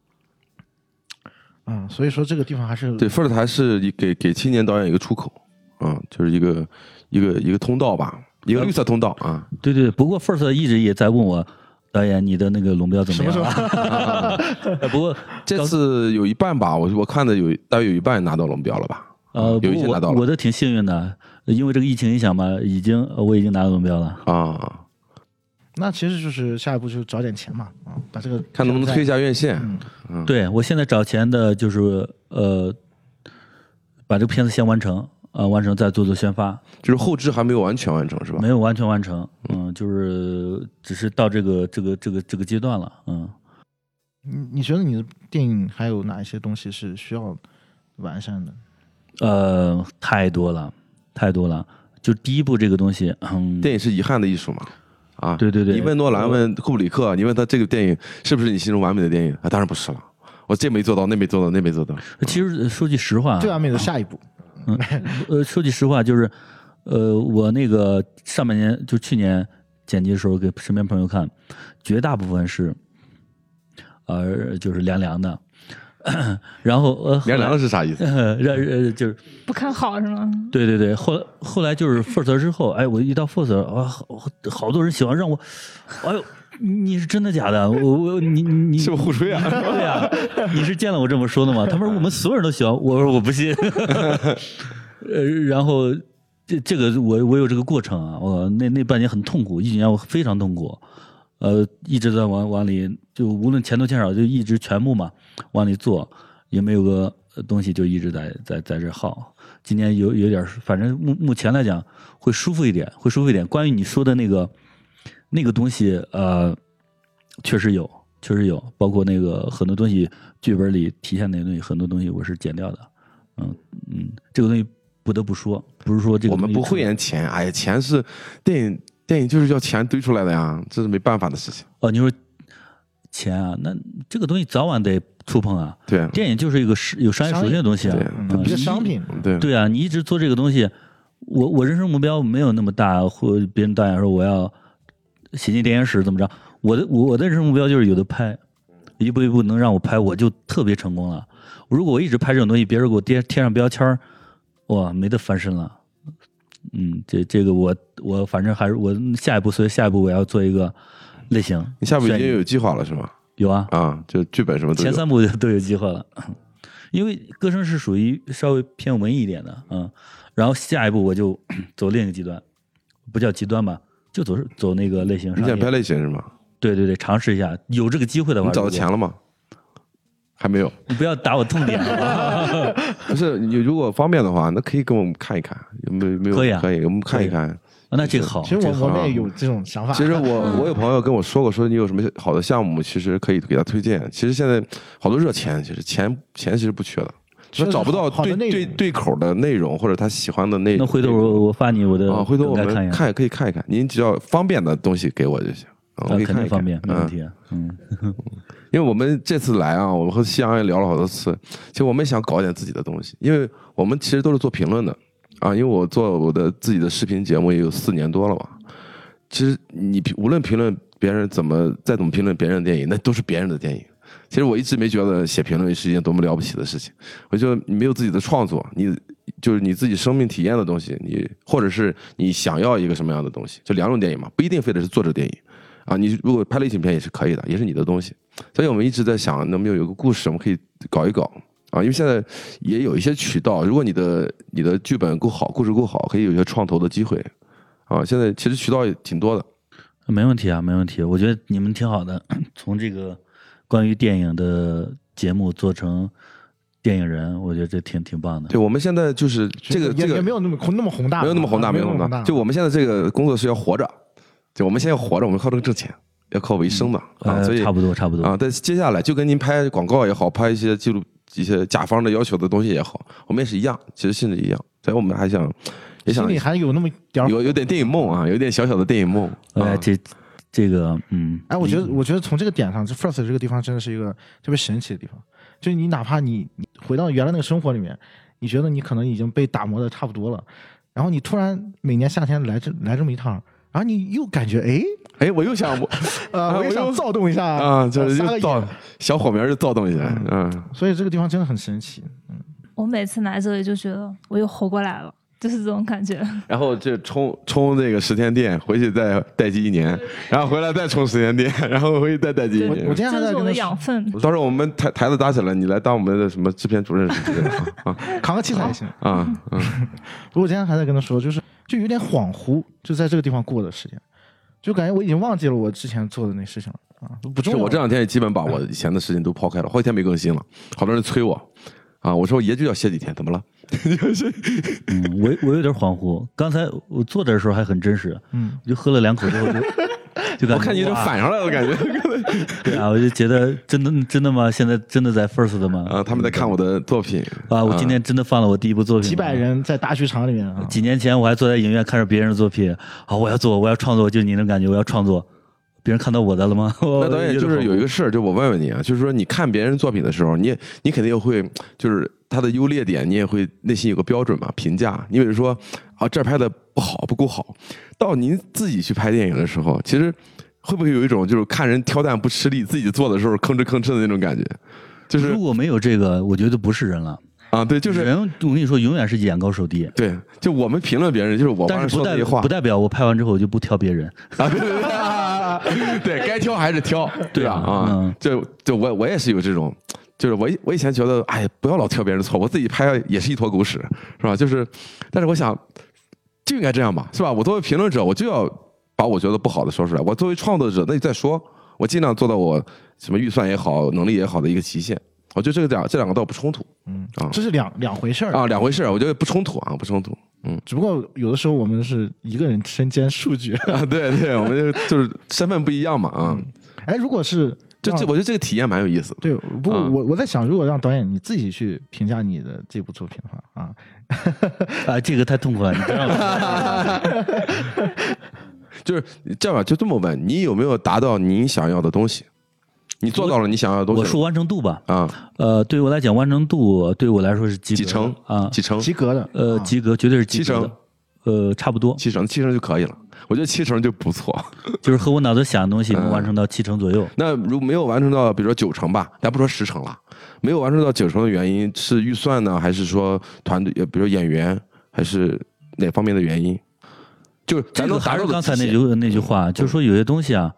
Speaker 2: 嗯，所以说这个地方还是
Speaker 1: 对，First 还是一给给青年导演一个出口，啊，就是一个一个一个通道吧，一个绿色通道啊。
Speaker 2: 嗯
Speaker 4: 对对，不过 First 一直也在问我，导演你的那个龙标怎么样、啊？呃 不过
Speaker 1: 这次有一半吧，我我看的有大约有一半拿到龙标了吧？
Speaker 4: 呃，
Speaker 1: 有
Speaker 4: 不
Speaker 1: 一些
Speaker 4: 过
Speaker 1: 拿到
Speaker 4: 我我
Speaker 1: 了
Speaker 4: 的挺幸运的，因为这个疫情影响嘛，已经呃我已经拿到龙标了。
Speaker 1: 啊，
Speaker 2: 那其实就是下一步就是找点钱嘛，啊，把这个
Speaker 1: 看能不能推一
Speaker 2: 荐。
Speaker 1: 下院线。
Speaker 2: 嗯，
Speaker 4: 对我现在找钱的就是呃，把这个片子先完成。呃，完成再做做宣发，
Speaker 1: 就是后置还没有完全完成是吧
Speaker 4: 没？有完全完成，嗯，就是只是到这个这个这个这个阶段了，嗯，
Speaker 2: 你你觉得你的电影还有哪一些东西是需要完善的？
Speaker 4: 呃，太多了，太多了，就第一步这个东西，嗯，
Speaker 1: 电影是遗憾的艺术嘛？啊，
Speaker 4: 对对对
Speaker 1: 你问诺兰，问库布里克，你问他这个电影是不是你心中完美的电影啊？当然不是了，我这没做到，那没做到，那没做到。
Speaker 4: 其实呃说句实话，啊
Speaker 1: 啊
Speaker 2: 最完美的下一步，
Speaker 4: 呃，说句实话，就是，呃，我那个上半年就去年剪辑的时候，给身边朋友看，绝大部分是，呃，就是凉凉的， 然后呃，后
Speaker 1: 凉
Speaker 4: 来
Speaker 1: 凉的是啥意 思？
Speaker 4: 呃，让呃就是
Speaker 3: 不看好是吗？
Speaker 4: 对对对，后来后来就是 First 之后，哎，我一到 First 啊，好好多人喜欢让我，哎呦，你是真的假的？我我你你你
Speaker 1: 是不是互吹啊？
Speaker 4: 对呀、你是见了我这么说的吗？他们说我们所有人都喜欢，我说我不信。 呃，然后这这个我我有这个过程啊，我那那半年很痛苦，一年我非常痛苦，呃，一直在往往里就无论钱多钱少，就一直全部嘛往里做，也没有个呃东西就一直在在在这耗。今年有有点儿，反正目目前来讲会舒服一点，会舒服一点。关于你说的那个那个东西，呃，确实有，确实有，包括那个很多东西剧本里体现的东西，很多东西我是剪掉的。嗯嗯，这个东西不得不说，不是说这个
Speaker 1: 我们
Speaker 4: 东西
Speaker 1: 不会
Speaker 4: 出
Speaker 1: 演钱，哎呀，钱是电影电影就是要钱堆出来的呀，这是没办法的事情。
Speaker 4: 哦，你说钱啊，那这个东西早晚得触碰啊。
Speaker 1: 对
Speaker 4: 电影就是一个是有商业属性的东西啊
Speaker 1: 商业，
Speaker 2: 嗯
Speaker 4: 嗯
Speaker 2: 一个商。品，
Speaker 1: 对
Speaker 4: 对啊，你一直做这个东西，我我人生目标没有那么大，或者别人导演说我要写进电影史怎么着，我的我我的人生目标就是有的拍，
Speaker 1: 嗯
Speaker 4: 一步一步能让我拍，我就特别成功了。如果我一直拍这种东西，别人给我贴贴上标签儿，哇，没得翻身了。嗯，这这个我我反正还是我下一步，所以下一步我要做一个类型。
Speaker 1: 你下部已
Speaker 4: 悬疑
Speaker 1: 经有计划了是吗？
Speaker 4: 有啊，
Speaker 1: 啊，就剧本什么都有。
Speaker 4: 前三部都有机会了，因为歌声是属于稍微偏文艺一点的，嗯，然后下一步我就走另一个极端，不叫极端吧，就走走那个类型
Speaker 1: 你
Speaker 4: 商
Speaker 1: 想拍
Speaker 4: 业，
Speaker 1: 类型是吗？
Speaker 4: 对对对，尝试一下，有这个机会的话，
Speaker 1: 你找到钱
Speaker 4: 如
Speaker 1: 了吗？还没有，
Speaker 4: 果你不要打我痛点，好吧
Speaker 1: 不是你如果方便的话，那可以给我们看一看，有没有没有？
Speaker 4: 可以啊
Speaker 1: 我们看一看。
Speaker 4: 那这个好，
Speaker 2: 其实
Speaker 4: 这
Speaker 2: 我
Speaker 4: 个
Speaker 2: 我
Speaker 4: 好
Speaker 2: 们也有这种想 法。
Speaker 1: 其实
Speaker 2: 嗯
Speaker 1: 我我有朋友跟我说过，说你有什么好的项目，其实可以给他推荐。其实现在好多热钱，其实钱钱其实不缺的，
Speaker 2: 缺
Speaker 1: 他
Speaker 2: 的
Speaker 1: 找不到
Speaker 2: 好好
Speaker 1: 对
Speaker 2: 的内
Speaker 1: 对
Speaker 2: 容
Speaker 1: 对口的内容或者他喜欢的内容。
Speaker 4: 那回头我我发你我的，
Speaker 1: 啊，回头我
Speaker 4: 等待看
Speaker 1: 们
Speaker 4: 一下，
Speaker 1: 看可以看一看，您只要方便的东西给我就行。啊，我
Speaker 4: 啊
Speaker 1: 可以
Speaker 4: 肯
Speaker 1: 看
Speaker 4: 定
Speaker 1: 一
Speaker 4: 方
Speaker 1: 看，
Speaker 4: 便，没问
Speaker 1: 嗯，
Speaker 4: 题，嗯，
Speaker 1: 因为我们这次来啊，我和夕阳也聊了好多次，其实我们也想搞点自己的东西，因为我们其实都是做评论的啊，因为我做我的自己的视频节目也有四年多了吧。其实你评无论评论别人怎么再怎么评论别人的电影，那都是别人的电影。其实我一直没觉得写评论是一件多么了不起的事情，我觉得你没有自己的创作，你就是你自己生命体验的东西，你或者是你想要一个什么样的东西，就两种电影嘛，不一定非得是作者电影啊。你如果拍类型片也是可以的，也是你的东西。所以我们一直在想，能不能有一个故事，我们可以搞一搞啊？因为现在也有一些渠道，如果你的你的剧本够好，故事够好，可以有一些创投的机会啊。现在其实渠道也挺多的，
Speaker 4: 没问题啊，没问题，我觉得你们挺好的，从这个关于电影的节目做成电影人，我觉得这挺挺棒的。
Speaker 1: 对我们现在就是这个
Speaker 2: 也
Speaker 1: 这
Speaker 2: 也
Speaker 1: 个
Speaker 2: 没有那么宏那么宏大，
Speaker 1: 没有那么宏大，
Speaker 2: 啊
Speaker 1: 没
Speaker 2: 没
Speaker 1: 有那么宏大。就我们现在这个工作是要活着，就我们现在要活着，我们靠这个挣钱，要靠为生的啊，
Speaker 4: 呃
Speaker 1: 所以
Speaker 4: 差不多，差不多。
Speaker 1: 啊，但是接下来就跟您拍广告也好，拍一些记录一些甲方的要求的东西也好，我们也是一样，其实性质一样，所以我们还想也想
Speaker 2: 心里还有那么点儿
Speaker 1: 有有点电影梦啊，有点小小的电影梦。
Speaker 4: 哎，
Speaker 1: 啊
Speaker 4: 这这个，嗯，
Speaker 2: 哎，我觉得，我觉得从这个点上，这 first 这个地方真的是一个特别神奇的地方。就是你哪怕你你回到原来那个生活里面，你觉得你可能已经被打磨的差不多了，然后你突然每年夏天来这来这么一趟，然后你又感觉哎，
Speaker 1: 哎，我又想我
Speaker 2: 呃，
Speaker 1: 啊
Speaker 2: 我又
Speaker 1: 我又
Speaker 2: 想躁动一下
Speaker 1: 啊，就是
Speaker 2: 撒
Speaker 1: 又
Speaker 2: 个
Speaker 1: 躁
Speaker 2: 野，
Speaker 1: 小火苗就躁动一下，嗯，
Speaker 2: 所以这个地方真的很神奇。
Speaker 3: 我每次来这里就觉得我又活过来了，就是这种感觉。
Speaker 1: 然后就充充这个十天电，回去再待机一年，然后回来再充十天电，然后回去再待机一
Speaker 2: 我我
Speaker 1: 年
Speaker 2: 今。天还
Speaker 3: 这
Speaker 2: 在
Speaker 3: 是我
Speaker 2: 跟
Speaker 3: 的
Speaker 2: 他
Speaker 3: 养
Speaker 2: 说
Speaker 3: 分。
Speaker 1: 到时候我们台台子搭起来，你来当我们的什么制片主任什么之类的啊
Speaker 2: 扛个器材也行。
Speaker 1: 啊嗯
Speaker 2: 不过我今天还在跟他说，就是就有点恍惚，就在这个地方过的时间，就感觉我已经忘记了我之前做的那事情了啊，都不重
Speaker 1: 是
Speaker 2: 要了。
Speaker 1: 我这两天也基本把我以前的事情都抛开了，好几天没更新了，好多人催我啊，我说爷就要歇几天，怎么了？
Speaker 4: 嗯，我我有点恍惚。刚才我坐这儿的时候还很真实，
Speaker 2: 嗯，
Speaker 4: 我就喝了两口之 后就就感觉
Speaker 1: 我看你有点
Speaker 4: 哇
Speaker 1: 反上来了，感觉
Speaker 4: 对啊，我就觉得真的真的吗？现在真的在 first 的吗？
Speaker 1: 啊，他们在看我的作品
Speaker 4: 啊，我今天真的放了我第一部作品，
Speaker 2: 几百。人在大剧场里面
Speaker 1: 嗯
Speaker 2: 啊，
Speaker 4: 几年前我还坐在影院看着别人的作品，啊，我要做，我要创作，就你那种感觉，我要创作。别人看到我的了吗？
Speaker 1: 那导演就是有一个事儿，就我问问你啊，就是说你看别人作品的时候，你也你肯定会就是他的优劣点，你也会内心有个标准嘛，评价。你比如说啊，这儿拍的不好，不够好。到您自己去拍电影的时候，其实会不会有一种就是看人挑担不吃力，自己做的时候吭哧吭哧的那种感觉？就是
Speaker 4: 如果没有这个，我觉得不是人了。
Speaker 1: 啊，对，就是
Speaker 4: 人，我跟你说，永远是眼高手低。
Speaker 1: 对，就我们评论别人，就是我
Speaker 4: 但
Speaker 1: 刚才
Speaker 4: 是不
Speaker 1: 说那
Speaker 4: 代
Speaker 1: 些话
Speaker 4: 不代表我拍完之后我就不挑别人。
Speaker 1: 啊，对对对啊， 对该挑还是挑，
Speaker 4: 对
Speaker 1: 吧？
Speaker 4: 啊嗯
Speaker 1: 啊，就就我我也是有这种，就是我以我以前觉得，哎，不要老挑别人的错，我自己拍也是一坨狗屎，是吧？就是，但是我想就应该这样吧，是吧？我作为评论者，我就要把我觉得不好的说出来，我作为创作者，那你再说，我尽量做到我什么预算也好，能力也好的一个极限。我觉得这个两这两个倒不冲突
Speaker 2: 嗯
Speaker 1: 啊，
Speaker 2: 这是两两回事儿
Speaker 1: 啊，两回事儿，我觉得不冲突啊，不冲突。 嗯
Speaker 2: 只不过有的时候我们是一个人身兼数角。
Speaker 1: 啊，对对，我们就就是身份不一样嘛啊，
Speaker 2: 哎，如果是
Speaker 1: 就
Speaker 2: 让
Speaker 1: 这我觉得这个体验蛮有意思的。
Speaker 2: 对，不过
Speaker 1: 嗯
Speaker 2: 我我在想，如果让导演你自己去评价你的这部作品的话啊，
Speaker 4: 啊，这个太痛苦了，你不 让我
Speaker 1: 就是这样吧，就这么问，你有没有达到你想要的东西？你做到了你想要的东西
Speaker 4: 我
Speaker 1: 了
Speaker 4: 说完成度吧。
Speaker 1: 啊，
Speaker 4: 呃，对我来讲，完成度对我来说是及
Speaker 1: 几
Speaker 4: 格
Speaker 1: 成
Speaker 4: 的啊，
Speaker 1: 几成
Speaker 2: 及格的，
Speaker 4: 呃，
Speaker 2: 啊
Speaker 4: 及格绝对是及
Speaker 1: 七
Speaker 4: 格
Speaker 1: 成
Speaker 4: 的，呃，差不多，
Speaker 1: 七成七成就可以了，我觉得七成就不错。
Speaker 4: 就是和我脑子想的东西能
Speaker 1: 嗯
Speaker 4: 完成到七成左右。
Speaker 1: 那如没有完成到，比如说九成吧，咱不说十成了，没有完成到九成的原因是预算呢，还是说团队，呃比如说演员，还是哪方面的原因？就是
Speaker 4: 这
Speaker 1: 咱
Speaker 4: 个
Speaker 1: 能
Speaker 4: 还
Speaker 1: 达
Speaker 4: 是
Speaker 1: 到
Speaker 4: 刚
Speaker 1: 的
Speaker 4: 才那
Speaker 1: 极
Speaker 4: 句
Speaker 1: 限
Speaker 4: 那句话，
Speaker 1: 嗯
Speaker 4: 就是说有些东西啊，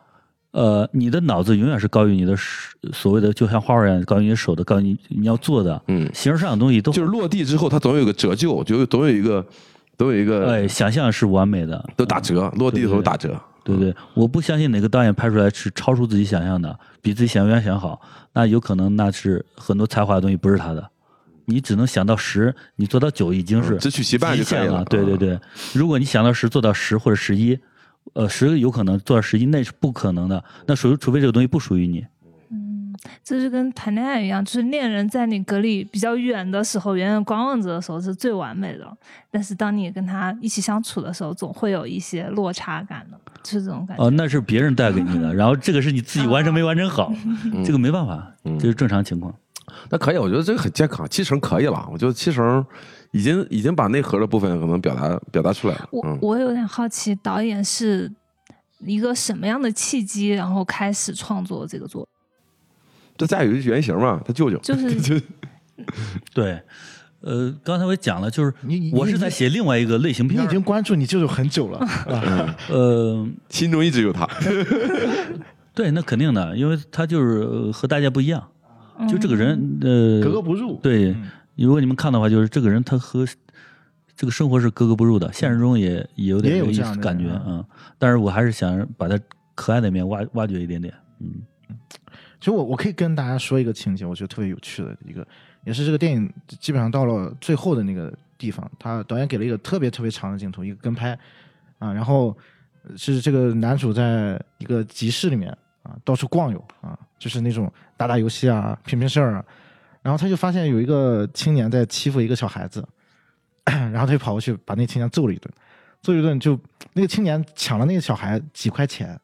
Speaker 4: 呃，你的脑子永远是高于你的手所谓的，就像画画一样，高于你的手的，高于你你要做的，
Speaker 1: 嗯，
Speaker 4: 形而上的东西都
Speaker 1: 就是落地之后，它总有一个折旧，就有总有一个，总有一个
Speaker 4: 哎，想象是完美的，
Speaker 1: 都打折，落地的时候打折。
Speaker 4: 对不对？我不相信哪个导演拍出来是超出自己想象的，比自己想象想好，那有可能那是很多才华的东西不是他的。你只能想到十，你做到九已经是
Speaker 1: 嗯只取其半就
Speaker 4: 极
Speaker 1: 可以
Speaker 4: 限
Speaker 1: 了嗯
Speaker 4: 了。对对对，如果你想到十做到十或者十一，呃，十有可能做到十一，那是不可能的。那属于除非这个东西不属于你。
Speaker 3: 嗯这就跟谈恋爱一样，就是恋人在你隔离比较远的时候，远远观望着的时候是最完美的，但是当你跟他一起相处的时候，总会有一些落差感的，就是这种感觉。
Speaker 4: 哦，那是别人带给你的，然后这个是你自己完成没完成好，这个没办法，
Speaker 1: 嗯
Speaker 4: 这是正常情况。
Speaker 1: 那可以，我觉得这个很健康，七成可以了。我觉得七成已经已经把内核的部分可能表达表达出来了。
Speaker 3: 我
Speaker 1: 嗯，
Speaker 3: 我有点好奇，导演是一个什么样的契机，然后开始创作这个作
Speaker 1: 这再有一个原型嘛，他舅舅
Speaker 3: 就是
Speaker 4: 对，呃，刚才我也讲了，就是
Speaker 2: 你你
Speaker 4: 我是在写另外一个类型
Speaker 2: 你
Speaker 4: 片
Speaker 2: 已
Speaker 4: 儿，
Speaker 2: 经关注你舅舅很久了，啊
Speaker 4: 呃，
Speaker 1: 心中一直有他。
Speaker 4: 对，那肯定的，因为他就是呃和大家不一样，
Speaker 3: 品？
Speaker 4: 就这个人，
Speaker 2: 格格
Speaker 4: 呃，
Speaker 2: 不入。
Speaker 4: 对
Speaker 2: 嗯，
Speaker 4: 如果你们看的话，就是这个人他和这个生活是格格不入的，现实中也也有点
Speaker 2: 也有这
Speaker 4: 这个意
Speaker 2: 样
Speaker 4: 思
Speaker 2: 的
Speaker 4: 感觉，
Speaker 2: 人啊
Speaker 4: 嗯，但是我还是想把他可爱的一面挖挖掘一点点，嗯，
Speaker 2: 其实我我可以跟大家说一个情节，我觉得特别有趣的一个，也是这个电影基本上到了最后的那个地方，他导演给了一个特别特别长的镜头，一个跟拍啊，然后呃是这个男主在一个集市里面啊到处逛悠啊，就是那种打打游戏啊、拼拼事儿啊，然后他就发现有一个青年在欺负一个小孩子，然后他就跑过去把那青年揍了一顿，揍了一顿就那个青年抢了那个小孩几块钱，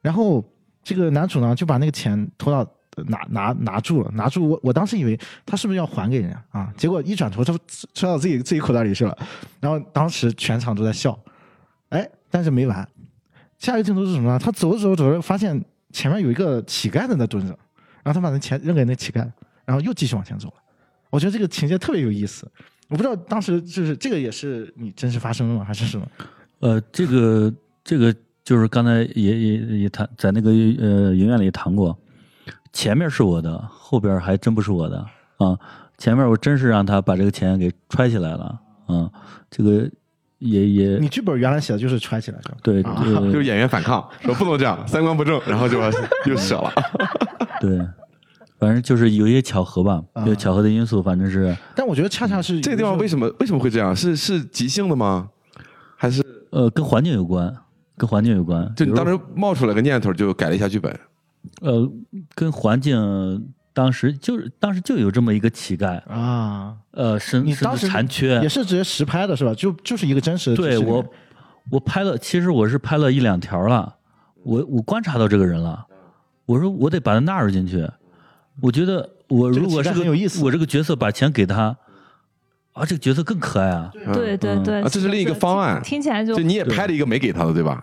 Speaker 2: 然后这个男主呢就把那个钱拖到呃拿拿拿住了，拿住我我当时以为他是不是要还给人家啊？结果一转头他揣到自己自己口袋里去了，然后当时全场都在笑，哎，但是没完，下一个镜头是什么呢？他走着走着走着发现前面有一个乞丐在那蹲着，然后他把那钱扔给那乞丐，然后又继续往前走了。我觉得这个情节特别有意思，我不知道当时就是这个也是你真实发生的吗？还是什么？
Speaker 4: 呃，这个这个就是刚才也也也谈在那个呃影院里谈过，前面是我的，后边还真不是我的啊。前面我真是让他把这个钱给揣起来了啊，这个也也
Speaker 2: 你剧本原来写的就是揣起来是吧？
Speaker 4: 对
Speaker 2: 啊
Speaker 4: 呃
Speaker 1: 就是演员反抗，说不能这样，三观不正，然后就把 又舍 了。
Speaker 4: 对，反正就是有一些巧合吧，
Speaker 2: 啊
Speaker 4: 有巧合的因素，反正是
Speaker 2: 但我觉得恰恰是
Speaker 1: 这个地方为什么为什么会这样？是是即兴的吗？还是
Speaker 4: 呃跟环境有关，跟环境有关。
Speaker 1: 就你
Speaker 4: 比如
Speaker 1: 当时冒出来个念头就改了一下剧本？
Speaker 4: 呃跟环境。当时就是当时就有这么一个乞丐，
Speaker 2: 啊？
Speaker 4: 呃，身
Speaker 2: 你
Speaker 4: 身
Speaker 2: 当
Speaker 4: 子
Speaker 2: 时
Speaker 4: 残缺，
Speaker 2: 也是直接实拍的是吧？就就是一个真实的。
Speaker 4: 对我，我拍了，其实我是拍了一两条了，我我观察到这个人了，我说我得把他纳入进去，我觉得我
Speaker 2: 这个
Speaker 4: 如果
Speaker 2: 期
Speaker 4: 是
Speaker 2: 待
Speaker 4: 个
Speaker 2: 很有意思
Speaker 4: 我这个角色把钱给他，啊，这个角色更可爱啊，
Speaker 1: 嗯
Speaker 3: 对对对，
Speaker 1: 啊这是另一个
Speaker 3: 的
Speaker 1: 方案
Speaker 3: 听听起来就
Speaker 1: 就你也
Speaker 4: 对
Speaker 1: 拍了一个没给他的，对吧？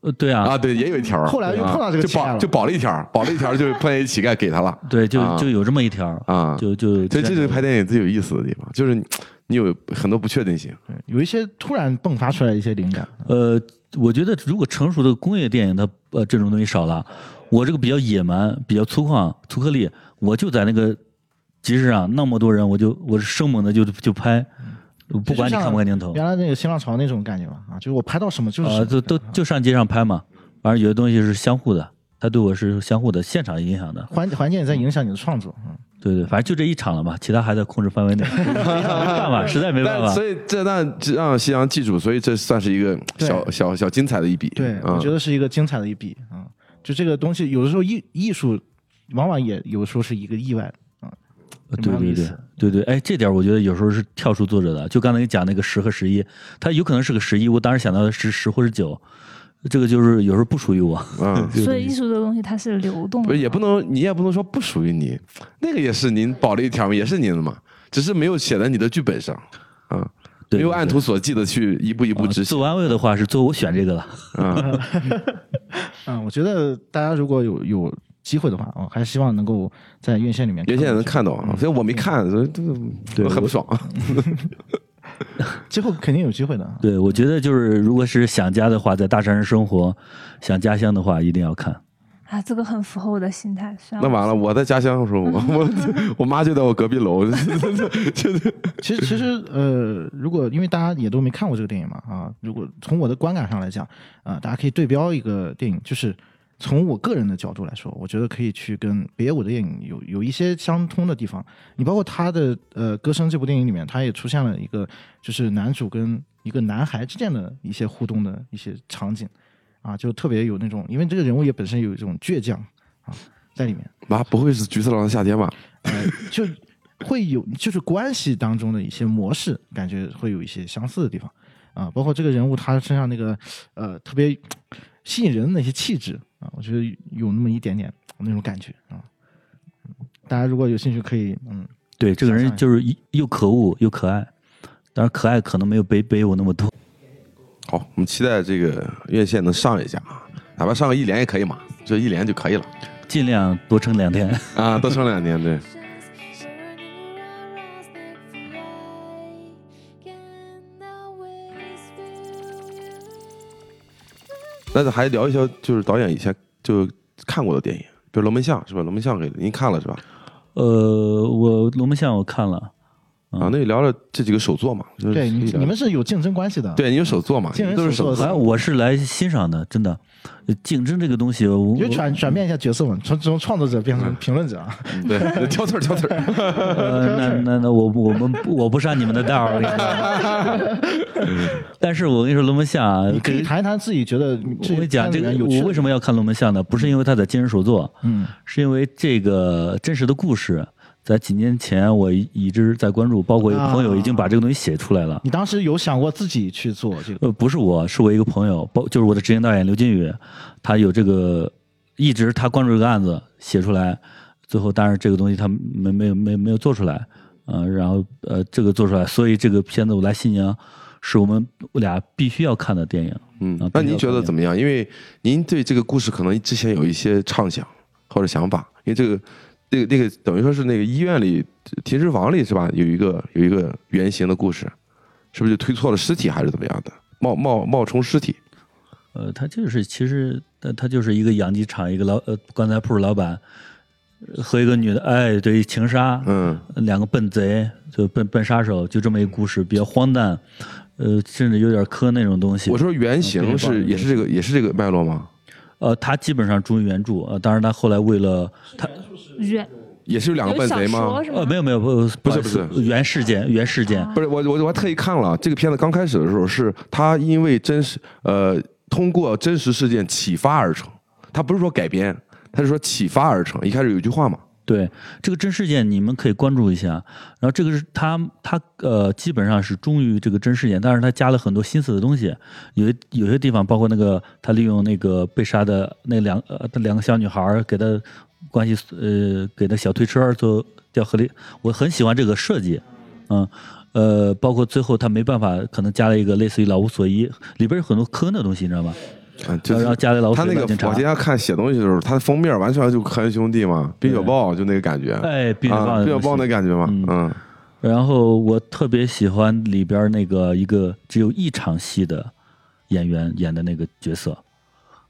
Speaker 4: 呃，对啊，
Speaker 1: 啊，对，也有一条儿。
Speaker 2: 后来又
Speaker 1: 啊
Speaker 2: 碰到这个
Speaker 1: 就
Speaker 2: 乞丐
Speaker 1: 保
Speaker 2: 了
Speaker 1: 就保了一条儿，保了一条儿就碰见一乞丐给 他了
Speaker 4: 对，就
Speaker 1: 啊
Speaker 4: 就有这么一条，
Speaker 1: 啊。
Speaker 4: 就就
Speaker 1: 所以这就是拍电影最有意思的地方，就是你你有很多不确定性。
Speaker 2: 有一些突然迸发出来一些灵感。
Speaker 4: 呃，我觉得如果成熟的工业电影，它呃这种东西少了。我这个比较野蛮，比较粗犷、粗颗粒，我就在那个集市上那么多人，我就我是生猛的就就拍，不管你看不看镜头
Speaker 2: 原来那个新浪潮那种感觉嘛，啊，就是我拍到什么就是什
Speaker 4: 啊，
Speaker 2: 么
Speaker 4: 都都就上街上拍嘛。反正有些东西是相互的，它对我是相互的，现场影响的。
Speaker 2: 环环境也在影响你的创作。嗯，
Speaker 4: 对对，反正就这一场了嘛，其他还在控制范围 内，没办法，实在没办
Speaker 1: 但
Speaker 4: 法
Speaker 1: 所。以这让让夕阳记住，所以这算是一个
Speaker 2: 对
Speaker 1: 小小小精彩的一笔。
Speaker 2: 对，我
Speaker 1: 嗯
Speaker 2: 觉得是一个精彩的一笔啊、嗯就这个东西，有的时候艺艺术，往往也有时候是一个意外啊、嗯
Speaker 4: 对
Speaker 2: 蛮有
Speaker 4: 对
Speaker 2: 意
Speaker 4: 对
Speaker 2: 思。
Speaker 4: 对对，哎，这点我觉得有时候是跳出作者的。就刚才你讲那个十和十一，它有可能是个十一，我当时想到的是十或者九，这个就是有时候不属于我。
Speaker 1: 嗯，
Speaker 3: 所以艺术这个东西它是流动
Speaker 1: 不
Speaker 3: 的，
Speaker 1: 是也不能，你也不能说不属于你，那个也是您保留一条，也是您的嘛，只是没有写在你的剧本上，啊，
Speaker 4: 对
Speaker 1: 没有按图索骥的去一步一步
Speaker 4: 啊
Speaker 1: 执
Speaker 4: 自
Speaker 1: 行
Speaker 4: 我安慰的话是最后我选这个了。
Speaker 1: 啊。
Speaker 2: 嗯，我觉得大家如果有有机会的话，我还是希望能够在院线里面，
Speaker 1: 原先也能看到啊，所以我没看，所以这个
Speaker 4: 对
Speaker 1: 我很不爽。啊
Speaker 2: 之后肯定有机会的啊。
Speaker 4: 对，我觉得就是如果是想家的话，在大城市生活，想家乡的话一定要看。
Speaker 3: 啊，这个很符合我的心态。虽然
Speaker 1: 那
Speaker 3: 我
Speaker 1: 完了，我在家乡的时候，我 我我妈就在我隔壁楼， 就是
Speaker 2: 其实其实呃，如果因为大家也都没看过这个电影嘛啊，如果从我的观感上来讲啊、大家可以对标一个电影，就是从我个人的角度来说，我觉得可以去跟别无的电影有有一些相通的地方。你包括他的呃《歌声》这部电影里面，他也出现了一个就是男主跟一个男孩之间的一些互动的一些场景啊，就特别有那种，因为这个人物也本身有一种倔强啊在里面。
Speaker 1: 妈不会是橘次郎的夏天吧？
Speaker 2: 呃，就会有就是关系当中的一些模式，感觉会有一些相似的地方啊、包括这个人物他身上那个呃特别吸引人的那些气质啊、我觉得有那么一点点那种感觉啊、嗯大家如果有兴趣可以嗯
Speaker 4: 对，这个
Speaker 2: 想
Speaker 4: 人
Speaker 2: 象一下
Speaker 4: 就是一又可恶又可爱，当然可爱可能没有北北我那么多。
Speaker 1: 好，我们期待这个院线能上一下啊，哪怕上个一连也可以嘛，就一连就可以了
Speaker 4: 尽量多撑两天。
Speaker 1: 啊，多撑两年对。那还聊一下，就是导演以前就看过的电影，比如《龙门巷》是吧？《龙门巷》给您看了是吧？
Speaker 4: 呃，我《龙门巷》我看了，嗯
Speaker 1: 啊，那就聊聊这几个首作嘛。就是
Speaker 2: 对
Speaker 1: 可以
Speaker 2: 你
Speaker 1: 聊
Speaker 2: 你们是有竞争关系的
Speaker 1: 对你有首作嘛？
Speaker 2: 见
Speaker 1: 你
Speaker 2: 人
Speaker 1: 都是
Speaker 2: 所
Speaker 1: 首
Speaker 2: 作
Speaker 1: 作
Speaker 4: 反。正我是来欣赏的，真的。呃竞争这个东西，我
Speaker 2: 你就转转变一下角色嘛，从从创作者变成评论者啊！
Speaker 1: 嗯对， 挑刺儿挑刺儿。
Speaker 4: 呃，那那那我不我们不我不上你们的道儿。我跟你说 但是我跟你说，《龙门巷》啊
Speaker 2: 你可以
Speaker 4: 这
Speaker 2: 谈一谈自己觉得这
Speaker 4: 我跟你讲，这个
Speaker 2: 有趣
Speaker 4: 我为什么要看《龙门巷》呢？不是因为它的今日首作，
Speaker 2: 嗯
Speaker 4: 是因为这个真实的故事，在几年前我一一直在关注，包括一个朋友
Speaker 2: 啊
Speaker 4: 已经把这个东西写出来了。
Speaker 2: 你当时有想过自己去做这个
Speaker 4: 呃，不是我，是我一个朋友，包就是我的执行导演刘金宇，他有这个，一直他关注这个案子写出来，最后当然这个东西他没没有没有没有做出来，呃，然后呃这个做出来，所以这个片子我来新疆是我们俩必须要看的电影。
Speaker 1: 嗯
Speaker 4: 啊，
Speaker 1: 那您觉得怎么样？因为您对这个故事可能之前有一些畅想或者想法，因为这个。那个那个等于说是那个医院里停尸房里是吧？有一个有一个原型的故事，是不是就推错了尸体还是怎么样的？冒冒冒充尸体，
Speaker 4: 呃，他就是其实他他就是一个养鸡场一个老呃棺材铺老板呃和一个女的，哎，对，情杀，
Speaker 1: 嗯，
Speaker 4: 两个笨贼就笨笨杀手，就这么一个故事，比较荒诞，呃，甚至有点磕那种东西。
Speaker 1: 我说原
Speaker 4: 对
Speaker 1: 型
Speaker 4: 忘
Speaker 1: 是
Speaker 4: 了
Speaker 1: 也是这个也是这个脉络吗？
Speaker 4: 呃，他基本上忠于原著，呃，当然他后来为了他
Speaker 3: 远
Speaker 1: 也是有两个
Speaker 3: 有
Speaker 1: 笨
Speaker 3: 小
Speaker 1: 贼吗
Speaker 3: 说？是吗？啊
Speaker 4: 呃没有没有不
Speaker 1: 是
Speaker 4: 不好意
Speaker 1: 不
Speaker 4: 思原事件原事件，
Speaker 1: 不是我我我还特意看了啊这个片子刚开始的时候，是他因为真实呃通过真实事件启发而成，他不是说改编，他是说启发而成。一开始有一句话嘛，
Speaker 4: 对这个真事件，你们可以关注一下。然后这个是他他呃，基本上是忠于这个真事件，但是他加了很多新思的东西。有些有些地方，包括那个他利用那个被杀的那两呃那两个小女孩儿给他关系呃给他小推车儿做叫合理，我很喜欢这个设计，嗯。呃，包括最后他没办法，可能加了一个类似于老无所依，里边有很多坑的东西，你知道吗？
Speaker 1: 嗯，就
Speaker 4: 然后
Speaker 1: 是
Speaker 4: 加了老无
Speaker 1: 他那
Speaker 4: 所依
Speaker 1: 个
Speaker 4: 老警察
Speaker 1: 我今，天看写东西的时候，他的封面完全就科恩兄弟嘛，冰雪暴就那个感觉，
Speaker 4: 哎，冰雪
Speaker 1: 啊
Speaker 4: 暴，
Speaker 1: 冰雪暴那感觉嘛，嗯
Speaker 4: 然后我特别喜欢里边儿那个一个只有一场戏的演员演的那个角色，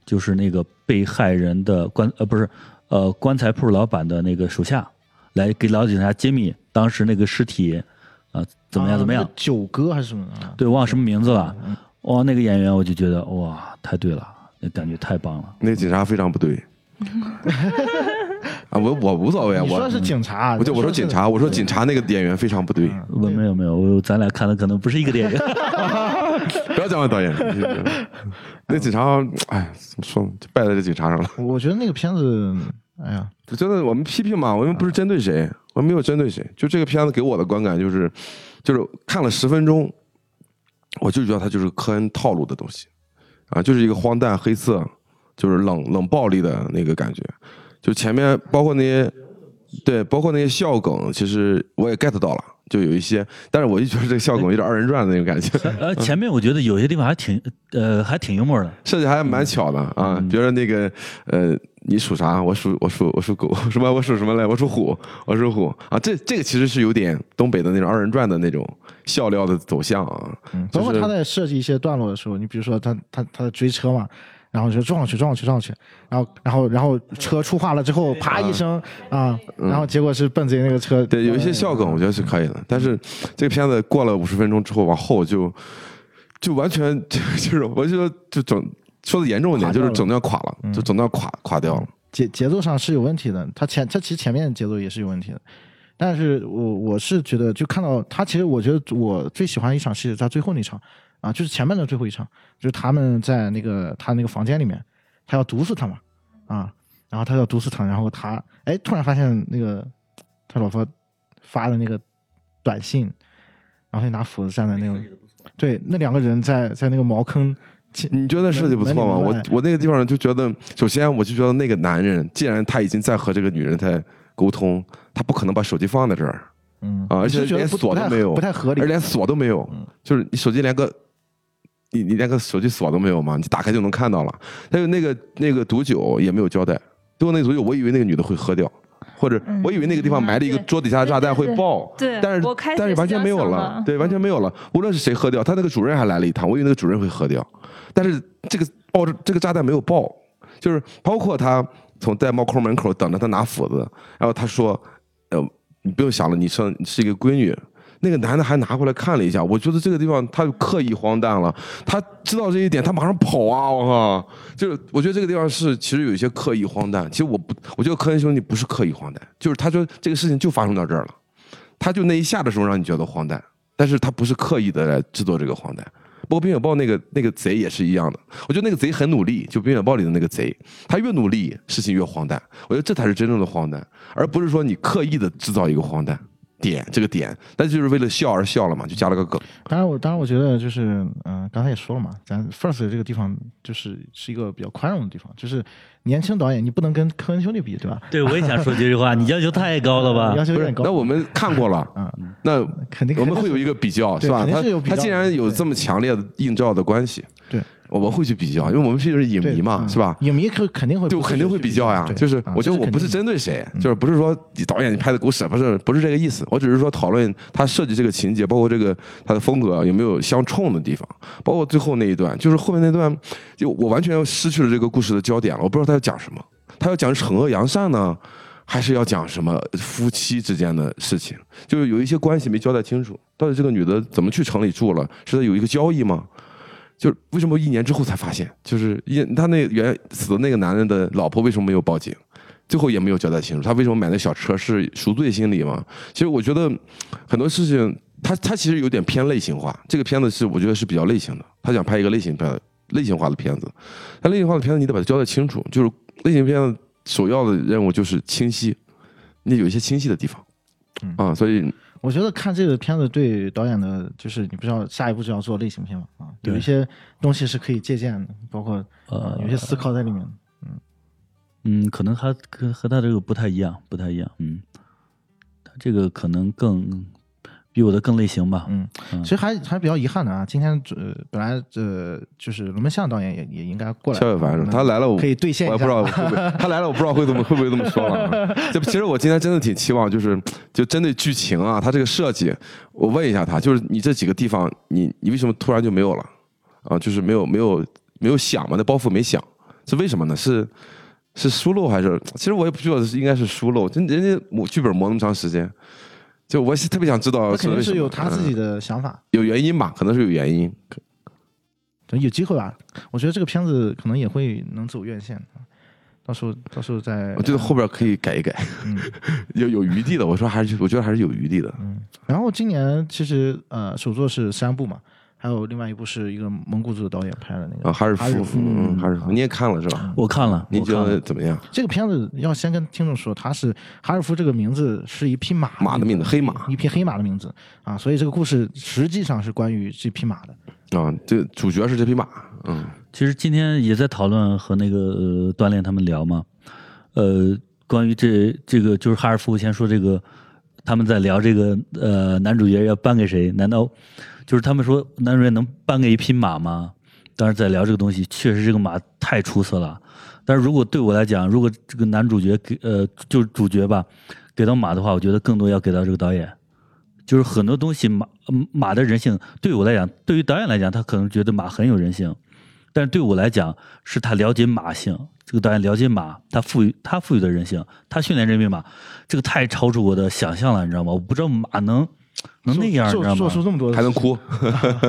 Speaker 4: 就是那个被害人的棺呃不是呃棺材铺老板的那个手下，来给老警察揭秘当时那个尸体啊、呃怎么样
Speaker 2: 啊
Speaker 4: 怎么样，
Speaker 2: 那个嗯九哥还是什么啊？
Speaker 4: 对，忘了什么名字了，哇、那个演员我就觉得哇太对了，那感觉太棒了。
Speaker 1: 那个警察非常不对， 啊，我我无所谓啊，
Speaker 2: 你
Speaker 1: 我
Speaker 2: 说的是嗯警察，
Speaker 1: 我就我说警察，我说警察那个演员非常不对，
Speaker 4: 我没有没有，我咱俩看的可能不是一 个电影。
Speaker 1: 不要讲我导 演，就是那警察，哎，怎么说呢，就败在这警察上了。
Speaker 2: 察，我觉得那个片子，哎呀，
Speaker 1: 真的，我们批评嘛，我们不是针对谁，我们没有针对谁。就这个片子给我的观感就是，就是看了十分钟，我就觉得它就是科恩套路的东西，啊，就是一个荒诞、黑色，就是冷冷暴力的那个感觉。就前面包括那些，对，包括那些笑梗，其实我也 get 到了，就有一些，但是我就觉得这个笑梗有点二人转的那种感觉。
Speaker 4: 呃，前面我觉得有些地方还挺呃还挺幽默的，
Speaker 1: 设计还蛮巧的
Speaker 2: 嗯
Speaker 1: 啊，比如说那个呃，你属啥？我属我属我属狗， 什么我属什么来？我属虎，我属虎啊。这这个其实是有点东北的那种二人转的那种笑料的走向啊。
Speaker 2: 包括
Speaker 1: 就是
Speaker 2: 他在设计一些段落的时候，你比如说他他他在追车嘛，然后就撞上去撞上去撞上去，然后然后然后车出画了之后，啪一声啊，然后结果是奔贼那个车，呃
Speaker 1: 对，有一些笑梗，我觉得是可以的，但是这个片子过了五十分钟之后，往后就就完全就是， 我就说就整说的严重一点，
Speaker 2: 垮
Speaker 1: 就
Speaker 2: 掉了嗯
Speaker 1: 是整段垮了，就整段垮垮掉了。
Speaker 2: 节节奏上是有问题的，他前他其实前面节奏也是有问题的，但是我我是觉得就看到他其实我觉得我最喜欢一场是他最后那场啊，就是前面的最后一场，就是他们在那个他那个房间里面，他要毒死他嘛啊，然后他要毒死他，然后他哎突然发现那个他老婆发的那个短信，然后他拿斧子站在那个对那两个人在在那个茅坑进
Speaker 1: 你觉得设计不错吗？
Speaker 2: 门
Speaker 1: 我
Speaker 2: 门里门外
Speaker 1: 我那个地方就觉得，首先我就觉得那个男人，既然他已经在和这个女人在沟通，他不可能把手机放在这儿
Speaker 2: 嗯
Speaker 1: 啊，而且
Speaker 2: 就觉得
Speaker 1: 连
Speaker 2: 不
Speaker 1: 锁
Speaker 2: 不
Speaker 1: 都
Speaker 2: 太
Speaker 1: 没有
Speaker 2: 不太合理嗯
Speaker 1: 而，连锁都没有，就是你手机连个。你你连个手机锁都没有吗？你打开就能看到了。还有那个那个毒酒也没有交代，最后那个毒酒，我以为那个女的会喝掉，或者
Speaker 3: 嗯
Speaker 1: 我以为那个地方埋了一个
Speaker 3: 对
Speaker 1: 桌底下的炸弹会
Speaker 3: 对对
Speaker 1: 爆，
Speaker 3: 对，
Speaker 1: 但是
Speaker 3: 我开始
Speaker 1: 但是完全
Speaker 3: 这样
Speaker 1: 没有
Speaker 3: 想
Speaker 1: 了
Speaker 3: 的，
Speaker 1: 对，完全没有了。
Speaker 3: 嗯
Speaker 1: 无论是谁喝掉，他那个主任还来了一趟，我以为那个主任会喝掉，但是这个爆这个炸弹没有爆，就是包括他从在猫空门口等着他拿斧子，然后他说，呃，你不用想了，你是你是一个闺女。那个男的还拿过来看了一下，我觉得这个地方他就刻意荒诞了。他知道这一点，他马上跑啊！我靠，就是我觉得这个地方是其实有一些刻意荒诞。其实我不，我觉得科恩兄弟不是刻意荒诞，就是他说这个事情就发生到这儿了。他就那一下的时候让你觉得荒诞，但是他不是刻意的来制作这个荒诞。包括冰雪暴那个那个贼也是一样的，我觉得那个贼很努力，就冰雪暴里的那个贼，他越努力事情越荒诞，我觉得这才是真正的荒诞，而不是说你刻意的制造一个荒诞点这个点，那就是为了笑而笑了嘛，就加了个梗。
Speaker 2: 当然我，当然我觉得就是，嗯、刚才也说了嘛，咱 First 这个地方就是是一个比较宽容的地方，就是年轻导演你不能跟科恩兄弟比，对吧？呃
Speaker 4: 对我也想说这句话，你要求太高了
Speaker 2: 要
Speaker 4: 吧？
Speaker 2: 求有
Speaker 1: 不
Speaker 2: 点
Speaker 1: 是，
Speaker 2: 高。
Speaker 1: 那我们看过了，
Speaker 2: 嗯
Speaker 1: 那
Speaker 2: 肯定
Speaker 1: 我们会有一个比较，
Speaker 2: 对
Speaker 1: 是吧？
Speaker 2: 肯定
Speaker 1: 他
Speaker 2: 是有比
Speaker 1: 他
Speaker 2: 较的
Speaker 1: 既然有这么强烈的映照的关系，
Speaker 2: 对
Speaker 1: 我们会去比较，因为我们毕竟是影迷嘛，
Speaker 2: 对嗯
Speaker 1: 是吧？
Speaker 2: 影迷肯肯定会
Speaker 1: 就肯定会比较呀
Speaker 2: 对，
Speaker 1: 就是
Speaker 2: 啊
Speaker 1: 我觉得
Speaker 2: 这
Speaker 1: 我不是
Speaker 2: 肯定嗯
Speaker 1: 针对谁，就是不是说你导演你拍的狗屎，不是不是这个意思，我只是说讨论他设计这个情节，包括这个他的风格有没有相冲的地方，包括最后那一段，就是后面那段，就我完全失去了这个故事的焦点了，我不知道他要讲什么，他要讲惩恶扬善呢，还是要讲什么夫妻之间的事情，就是有一些关系没交代清楚，到底这个女的怎么去城里住了，是在有一个交易吗？就是为什么一年之后才发现，就是一他那原死的那个男人的老婆为什么没有报警？最后也没有交代清楚，他为什么买那小车是赎罪心理吗？其实我觉得很多事情，他他其实有点偏类型化。这个片子是我觉得是比较类型的，他想拍一个类型片、类型化的片子。但类型化的片子你得把它交代清楚，就是类型片子首要的任务就是清晰，你有一些清晰的地方
Speaker 2: 嗯
Speaker 1: 啊。所以
Speaker 2: 我觉得看这个片子对导演的，就是你不知道下一步就要做类型片嘛啊，有
Speaker 4: 对
Speaker 2: 一些东西是可以借鉴的，包括啊
Speaker 4: 呃
Speaker 2: 有，些思考在里面。
Speaker 4: 嗯，可能还跟和他这个不太一样，不太一样。嗯，他这个可能更比我的更类型吧。
Speaker 2: 嗯，
Speaker 4: 嗯
Speaker 2: 其实还还比较遗憾的啊，今天呃本来呃就是龙门象导演也也应该过来，
Speaker 1: 肖伟凡是吧他来了我
Speaker 2: 可以兑现一
Speaker 1: 我
Speaker 2: 下，
Speaker 1: 也不知道会不会，他来了，我不知道会怎么会不会这么说了啊。这其实我今天真的挺期望，就是就针对剧情啊，他这个设计，我问一下他，就是你这几个地方，你你为什么突然就没有了啊？就是没有没有没有响嘛，那包袱没响，是为什么呢？是是疏漏还是？其实我也不知道，应该是疏漏。真人家磨剧本磨那么长时间，就我是特别想知道
Speaker 2: 他
Speaker 1: 是
Speaker 2: 肯
Speaker 1: 为什么，
Speaker 2: 定是有他自
Speaker 1: 嗯
Speaker 2: 己的想法，
Speaker 1: 有原因吧，可能是有原因。
Speaker 2: 有机会吧？我觉得这个片子可能也会能走院线。到时候到时候再
Speaker 1: 我觉得后边可以改一改，
Speaker 2: 嗯。
Speaker 1: 有有余地的。我说还是我觉得还是有余地的。
Speaker 2: 然后今年其实呃，首作是三部嘛，还有另外一部是一个蒙古族的导演拍的那个
Speaker 1: 啊，哈尔
Speaker 2: 哈尔
Speaker 1: 夫
Speaker 2: 夫，
Speaker 1: 嗯，哈尔夫，你也看了是吧？
Speaker 4: 我看了，
Speaker 1: 你
Speaker 4: 嗯我
Speaker 1: 觉
Speaker 4: 看
Speaker 1: 得
Speaker 4: 了
Speaker 1: 怎么样？
Speaker 2: 这个片子要先跟听众说，它是哈尔夫这个名字是一匹马
Speaker 1: 马的名字，黑马
Speaker 2: 一匹黑马的名字啊，所以这个故事实际上是关于这匹马的。
Speaker 4: 嗯
Speaker 1: 啊，这主角是这匹马，嗯，
Speaker 4: 其实今天也在讨论和那个呃锻炼他们聊嘛，呃，关于这这个就是哈尔夫先说这个，他们在聊这个呃男主角要颁给谁？难道就是他们说男主角能颁给一匹马吗？当时在聊这个东西，确实这个马太出色了。但是如果对我来讲，如果这个男主角给呃就是主角吧，给到马的话，我觉得更多要给到这个导演。就是很多东西马嗯马的人性，对我来讲，对于导演来讲，他可能觉得马很有人性，但是对我来讲，是他了解马性。这个导演了解马，他赋予他赋予的人性，他训练这匹马，这个太超出我的想象了，你知道吗？我不知道马能能那样，你
Speaker 2: 做
Speaker 4: 知道吗？
Speaker 2: 做出这么多，
Speaker 1: 还能哭，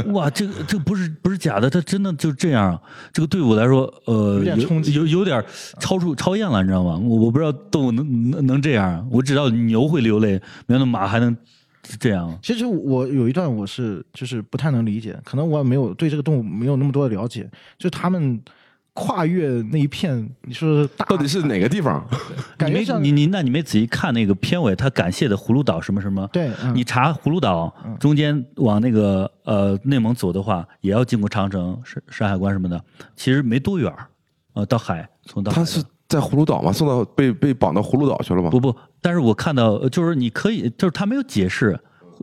Speaker 4: 哇，这个这个不是不是假的，他真的就这样。啊这个对我来说，呃，
Speaker 2: 有
Speaker 4: 有
Speaker 2: 点冲击
Speaker 4: 有有点超出超验了，你知道吗？我我不知道动物能能能这样，啊我只知道牛会流泪，没想到马还能这样。啊
Speaker 2: 其实我有一段我是就是不太能理解，可能我没有对这个动物没有那么多的了解，就他们跨越那一片，你说大
Speaker 1: 到底是哪个地 方？
Speaker 2: 感
Speaker 4: 你
Speaker 2: 觉
Speaker 4: 没
Speaker 2: 像
Speaker 4: 你你那你没仔细看那个片尾，他感谢的葫芦岛什么什么？
Speaker 2: 对，嗯
Speaker 4: 你查葫芦岛中间往那个呃内蒙走的话，也要经过长城、山山海关什么的，其实没多远儿呃，到海从到海
Speaker 1: 他
Speaker 4: 的
Speaker 1: 是在葫芦岛吗？送到被被绑到葫芦岛去了吗？
Speaker 4: 不不，但是我看到呃就是你可以，就是他没有解释，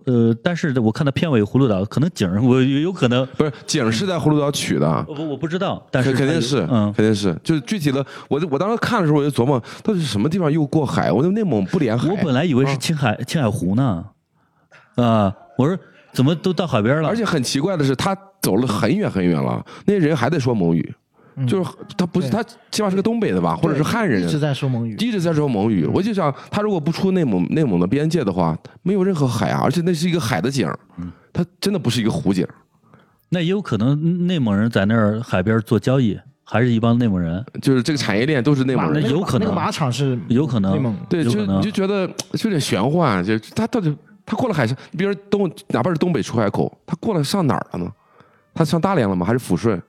Speaker 4: 呃，但是我看到片尾葫芦岛可能景儿，我有有可能，
Speaker 1: 不是，景是在葫芦岛取的，
Speaker 4: 我不我不知道，嗯但是
Speaker 1: 肯肯
Speaker 4: 它有
Speaker 1: 定是，
Speaker 4: 嗯，
Speaker 1: 肯定是，就是具体的，我我当时看的时候我就琢磨，到底是什么地方又过海？我那内蒙不连海，
Speaker 4: 我本来以为
Speaker 1: 嗯
Speaker 4: 是青海、青海湖呢，啊，我说怎么都到海边了，
Speaker 1: 而且很奇怪的是，他走了很远很远了，那人还在说蒙语，
Speaker 4: 嗯
Speaker 1: 就是他不是
Speaker 2: 对
Speaker 1: 他起码是个东北的吧，或者是汉人
Speaker 2: 一直在说蒙语，
Speaker 1: 一直在说蒙语。我就想，他如果不出内蒙内蒙的边界的话，没有任何海啊，而且那是一个海的景儿，
Speaker 4: 嗯
Speaker 1: 它真的不是一个湖景儿。
Speaker 4: 那也有可能内蒙人在那儿海边做交易，还是一帮内蒙人，
Speaker 1: 就是这个产业链都是内蒙
Speaker 2: 那
Speaker 1: 人
Speaker 2: 个
Speaker 4: 有
Speaker 2: 马
Speaker 4: 可能
Speaker 2: 那个马场是
Speaker 4: 有可能
Speaker 2: 内蒙
Speaker 1: 对，
Speaker 4: 有
Speaker 1: 就
Speaker 4: 可
Speaker 1: 你
Speaker 4: 能
Speaker 1: 就觉 得有点玄幻，就他到底他过了海上，你比如说东，哪怕是东北出海口，他过了上哪儿了呢？他上大连了吗？还是抚顺？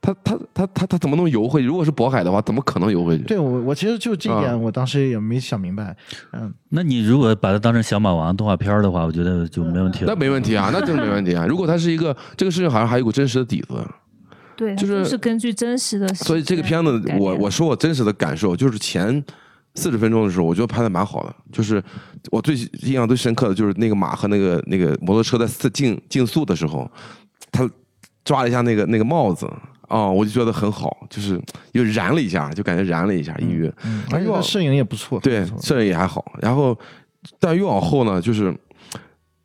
Speaker 1: 他他他他他怎么能游回去？如果是渤海的话，怎么可能游回去？
Speaker 2: 对我，我其实就这一
Speaker 1: 啊
Speaker 2: 点，我当时也没想明白。嗯，
Speaker 4: 那你如果把它当成小马王动画片儿的话，我觉得就没问题
Speaker 1: 那
Speaker 4: 了。
Speaker 1: 没问题啊，那真的没问题啊。如果他是一个这个事情，好像还有股真实的底子，
Speaker 3: 对，
Speaker 1: 就
Speaker 3: 它
Speaker 1: 是
Speaker 3: 是根据真实的事件改编的。
Speaker 1: 所以这个片子，我我说我真实的感受，就是前四十分钟的时候，我觉得拍的蛮好的。就是我最印象最深刻的就是那个马和那个那个摩托车在四竞竞速的时候，他抓了一下那个那个帽子啊、我就觉得很好，就是又燃了一下，就感觉燃了一下音乐。
Speaker 2: 而且
Speaker 1: 呦
Speaker 2: 它摄影也不错。
Speaker 1: 对
Speaker 2: 嗯不，错
Speaker 1: 这也还好。然后，但越往后呢，就是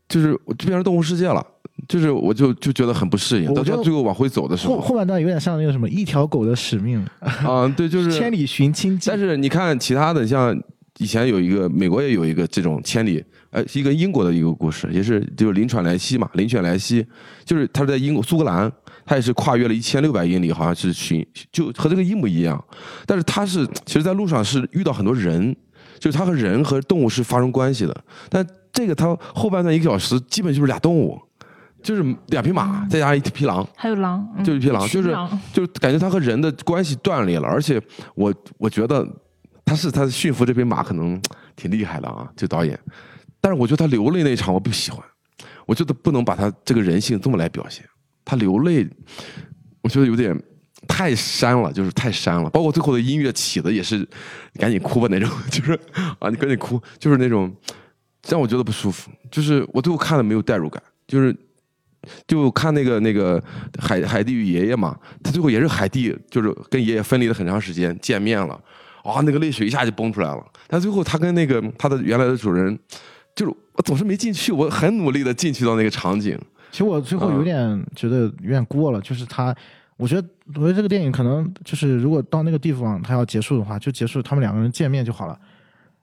Speaker 1: 就是我就变成动物世界了，就是我就就觉得很不适应。
Speaker 2: 我
Speaker 1: 到
Speaker 2: 觉得
Speaker 1: 最后往回走的时
Speaker 2: 后
Speaker 1: 候，
Speaker 2: 后半段有点像那个什么《一条狗的使命
Speaker 1: 啊、对，就》，是
Speaker 2: 千里寻亲记
Speaker 1: 但。是你看其他的，像以前有一个美国也有一个这种千里，呃，一个英国的一个故事，也是就是林犬莱西嘛，林犬莱西就是他是在英国苏格兰，他也是跨越了一千六百英里，好像是寻就和这个一模一样，但是他是其实在路上是遇到很多人，就是他和人和动物是发生关系的，但这个他后半段一个小时基本就是俩动物。就是两匹马，再加上一匹狼，
Speaker 3: 还有狼，嗯
Speaker 1: 就是一匹狼，就
Speaker 3: 群
Speaker 1: 是
Speaker 3: 狼
Speaker 1: 就感觉他和人的关系断裂了，而且我我觉得他是他驯服这匹马可能挺厉害的啊，这导演，但是我觉得他流泪那一场我不喜欢，我觉得不能把他这个人性这么来表现，他流泪，我觉得有点太煽了，就是太煽了，包括最后的音乐起的也是你赶紧哭吧那种， 就是啊你赶紧哭，就是那种让我觉得不舒服，就是我最后看了没有代入感，就是。就看那个那个海海蒂与爷爷嘛，他最后也是海蒂，就是跟爷爷分离了很长时间，见面了，啊，那个泪水一下就崩出来了。但最后他跟那个他的原来的主人，就是我总是没进去，我很努力的进去到那个场景，
Speaker 2: 其实我最后
Speaker 1: 嗯
Speaker 2: 有点觉得有点过了，就是他，我觉得我觉得这个电影可能就是如果到那个地方他要结束的话，就结束他们两个人见面就好了。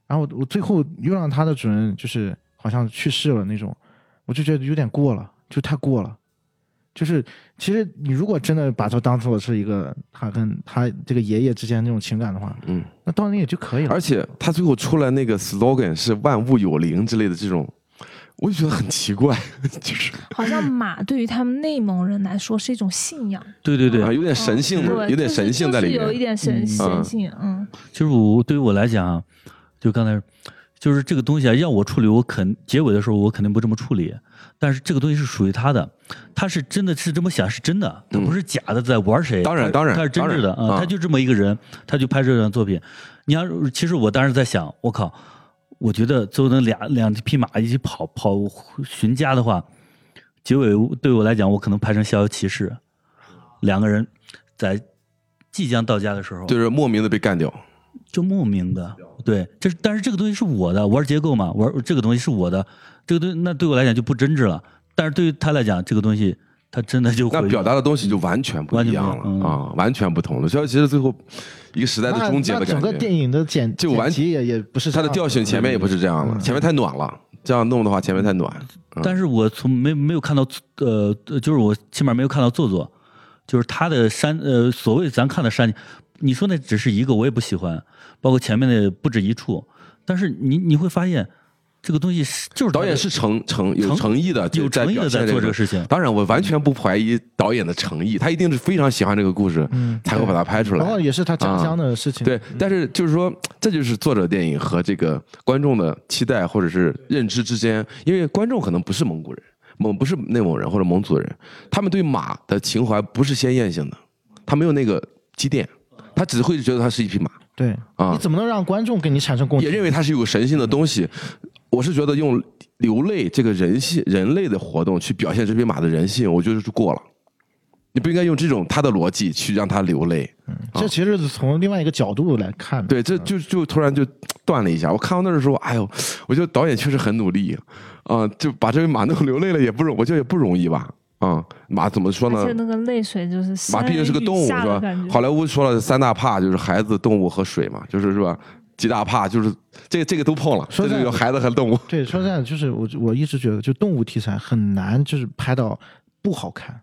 Speaker 2: 然后我最后又让他的主人就是好像去世了那种，我就觉得有点过了，就太过了。就是其实你如果真的把它当做是一个他跟他这个爷爷之间那种情感的话，
Speaker 1: 嗯，
Speaker 2: 那到那也就可以了。
Speaker 1: 而且他最后出来那个 slogan 是“万物有灵”之类的这种，我就觉得很奇怪，就是
Speaker 3: 好像马对于他们内蒙人来说是一种信仰，
Speaker 4: 对对对
Speaker 1: 啊，，有点神性的，
Speaker 3: 哦对
Speaker 1: 有点
Speaker 3: 就是
Speaker 1: 神性在里
Speaker 3: 就是有一
Speaker 1: 面。
Speaker 3: 点神
Speaker 4: 嗯
Speaker 1: 嗯
Speaker 3: 神性，嗯，
Speaker 4: 其实我对于我来讲啊，就刚才就是这个东西啊，让我处理，我肯结尾的时候我肯定不这么处理。但是这个东西是属于他的，他是真的是这么想，是真的，他
Speaker 1: 嗯
Speaker 4: 不是假的在玩谁。
Speaker 1: 当然
Speaker 4: 他
Speaker 1: 当然
Speaker 4: 他是真
Speaker 1: 当然
Speaker 4: 挚的啊，
Speaker 1: 啊
Speaker 4: 他就这么一个人，他就拍这张作品。你要是其实我当时在想，我靠，我觉得最后那俩两匹马一起跑跑寻家的话，结尾对我来讲，我可能拍成《逍遥骑士》，两个人在即将到家的时候，
Speaker 1: 就是莫名的被干掉，
Speaker 4: 就莫名
Speaker 1: 嗯
Speaker 4: 的，对，这是但是这个东西是我的，玩结构嘛，玩这个东西是我的，这个东西那对我来讲就不真挚了，但是对于他来讲，这个东西他真的就
Speaker 1: 那
Speaker 4: 会
Speaker 1: 表达的东西就完全不一样
Speaker 4: 完全不一
Speaker 1: 了
Speaker 4: 样
Speaker 1: 啊，完全不同了。所以其实最后一个时代的终结
Speaker 2: 那
Speaker 1: 的
Speaker 2: 那
Speaker 1: 感
Speaker 2: 整个
Speaker 1: 觉，
Speaker 2: 电影的剪
Speaker 1: 就完
Speaker 2: 剪辑也也不是
Speaker 1: 它的
Speaker 2: 这样
Speaker 1: 调性前面也不是这样了，
Speaker 4: 嗯
Speaker 1: 前面太暖了，这样弄的话前面太暖。嗯
Speaker 4: 但是我从没没有看到呃，就是我起码没有看到做作，就是他的删呃，所谓咱看的删，你说那只是一个，我也不喜欢，包括前面的不止一处，但是你你会发现这个东西是就是他
Speaker 1: 导演
Speaker 4: 的
Speaker 1: 是诚诚有
Speaker 4: 诚
Speaker 1: 诚意的，
Speaker 4: 有
Speaker 1: 在
Speaker 4: 诚意
Speaker 1: 表
Speaker 4: 的
Speaker 1: 现
Speaker 4: 在做
Speaker 1: 这
Speaker 4: 这
Speaker 1: 个
Speaker 4: 个事情，
Speaker 1: 当然，我完全不怀疑导演的诚意，他一定是非常喜欢这个故事，
Speaker 2: 嗯
Speaker 1: 才会把它拍出
Speaker 2: 然
Speaker 1: 来啊
Speaker 2: 后。也是他家乡的事情。
Speaker 1: 对，但是就是说，这就是作者电影和这个观众的期待或者是认知之间，因为观众可能不是蒙古人，蒙不是内蒙人或者蒙族人，他们对马的情怀不是鲜艳性的，他没有那个积淀，他只会觉得它是一匹马
Speaker 2: 对，
Speaker 1: 啊
Speaker 2: 你，怎么能让观众跟你产生共
Speaker 1: 也
Speaker 2: 情？
Speaker 1: 认为它是有个神性的东西。我是觉得用流泪这个人性、人类的活动去表现这匹马的人性，我觉得是过了。你不应该用这种他的逻辑去让它流泪。
Speaker 2: 这其实是从另外一个角度来看的。
Speaker 1: 啊对，这就就突然就断了一下。我看到那儿的时候，哎呦，我觉得导演确实很努力啊、就把这匹马弄流泪了，也不容，我觉得也不容易吧。啊、马怎么说
Speaker 3: 而
Speaker 1: 呢
Speaker 3: 且？那个泪水就是
Speaker 1: 马
Speaker 3: 山
Speaker 1: 毕竟是个
Speaker 3: 雨
Speaker 1: 动物，是
Speaker 3: 下的
Speaker 1: 吧
Speaker 3: 感？觉
Speaker 1: 好莱坞说了三大怕，就是孩子、动物和水嘛，就是是吧？几大怕就是这个这个都碰了，
Speaker 2: 说
Speaker 1: 这就
Speaker 2: 在
Speaker 1: 有孩子和动物。
Speaker 2: 对，说真的，就是我我一直觉得，就动物题材很难，就是拍到不好看，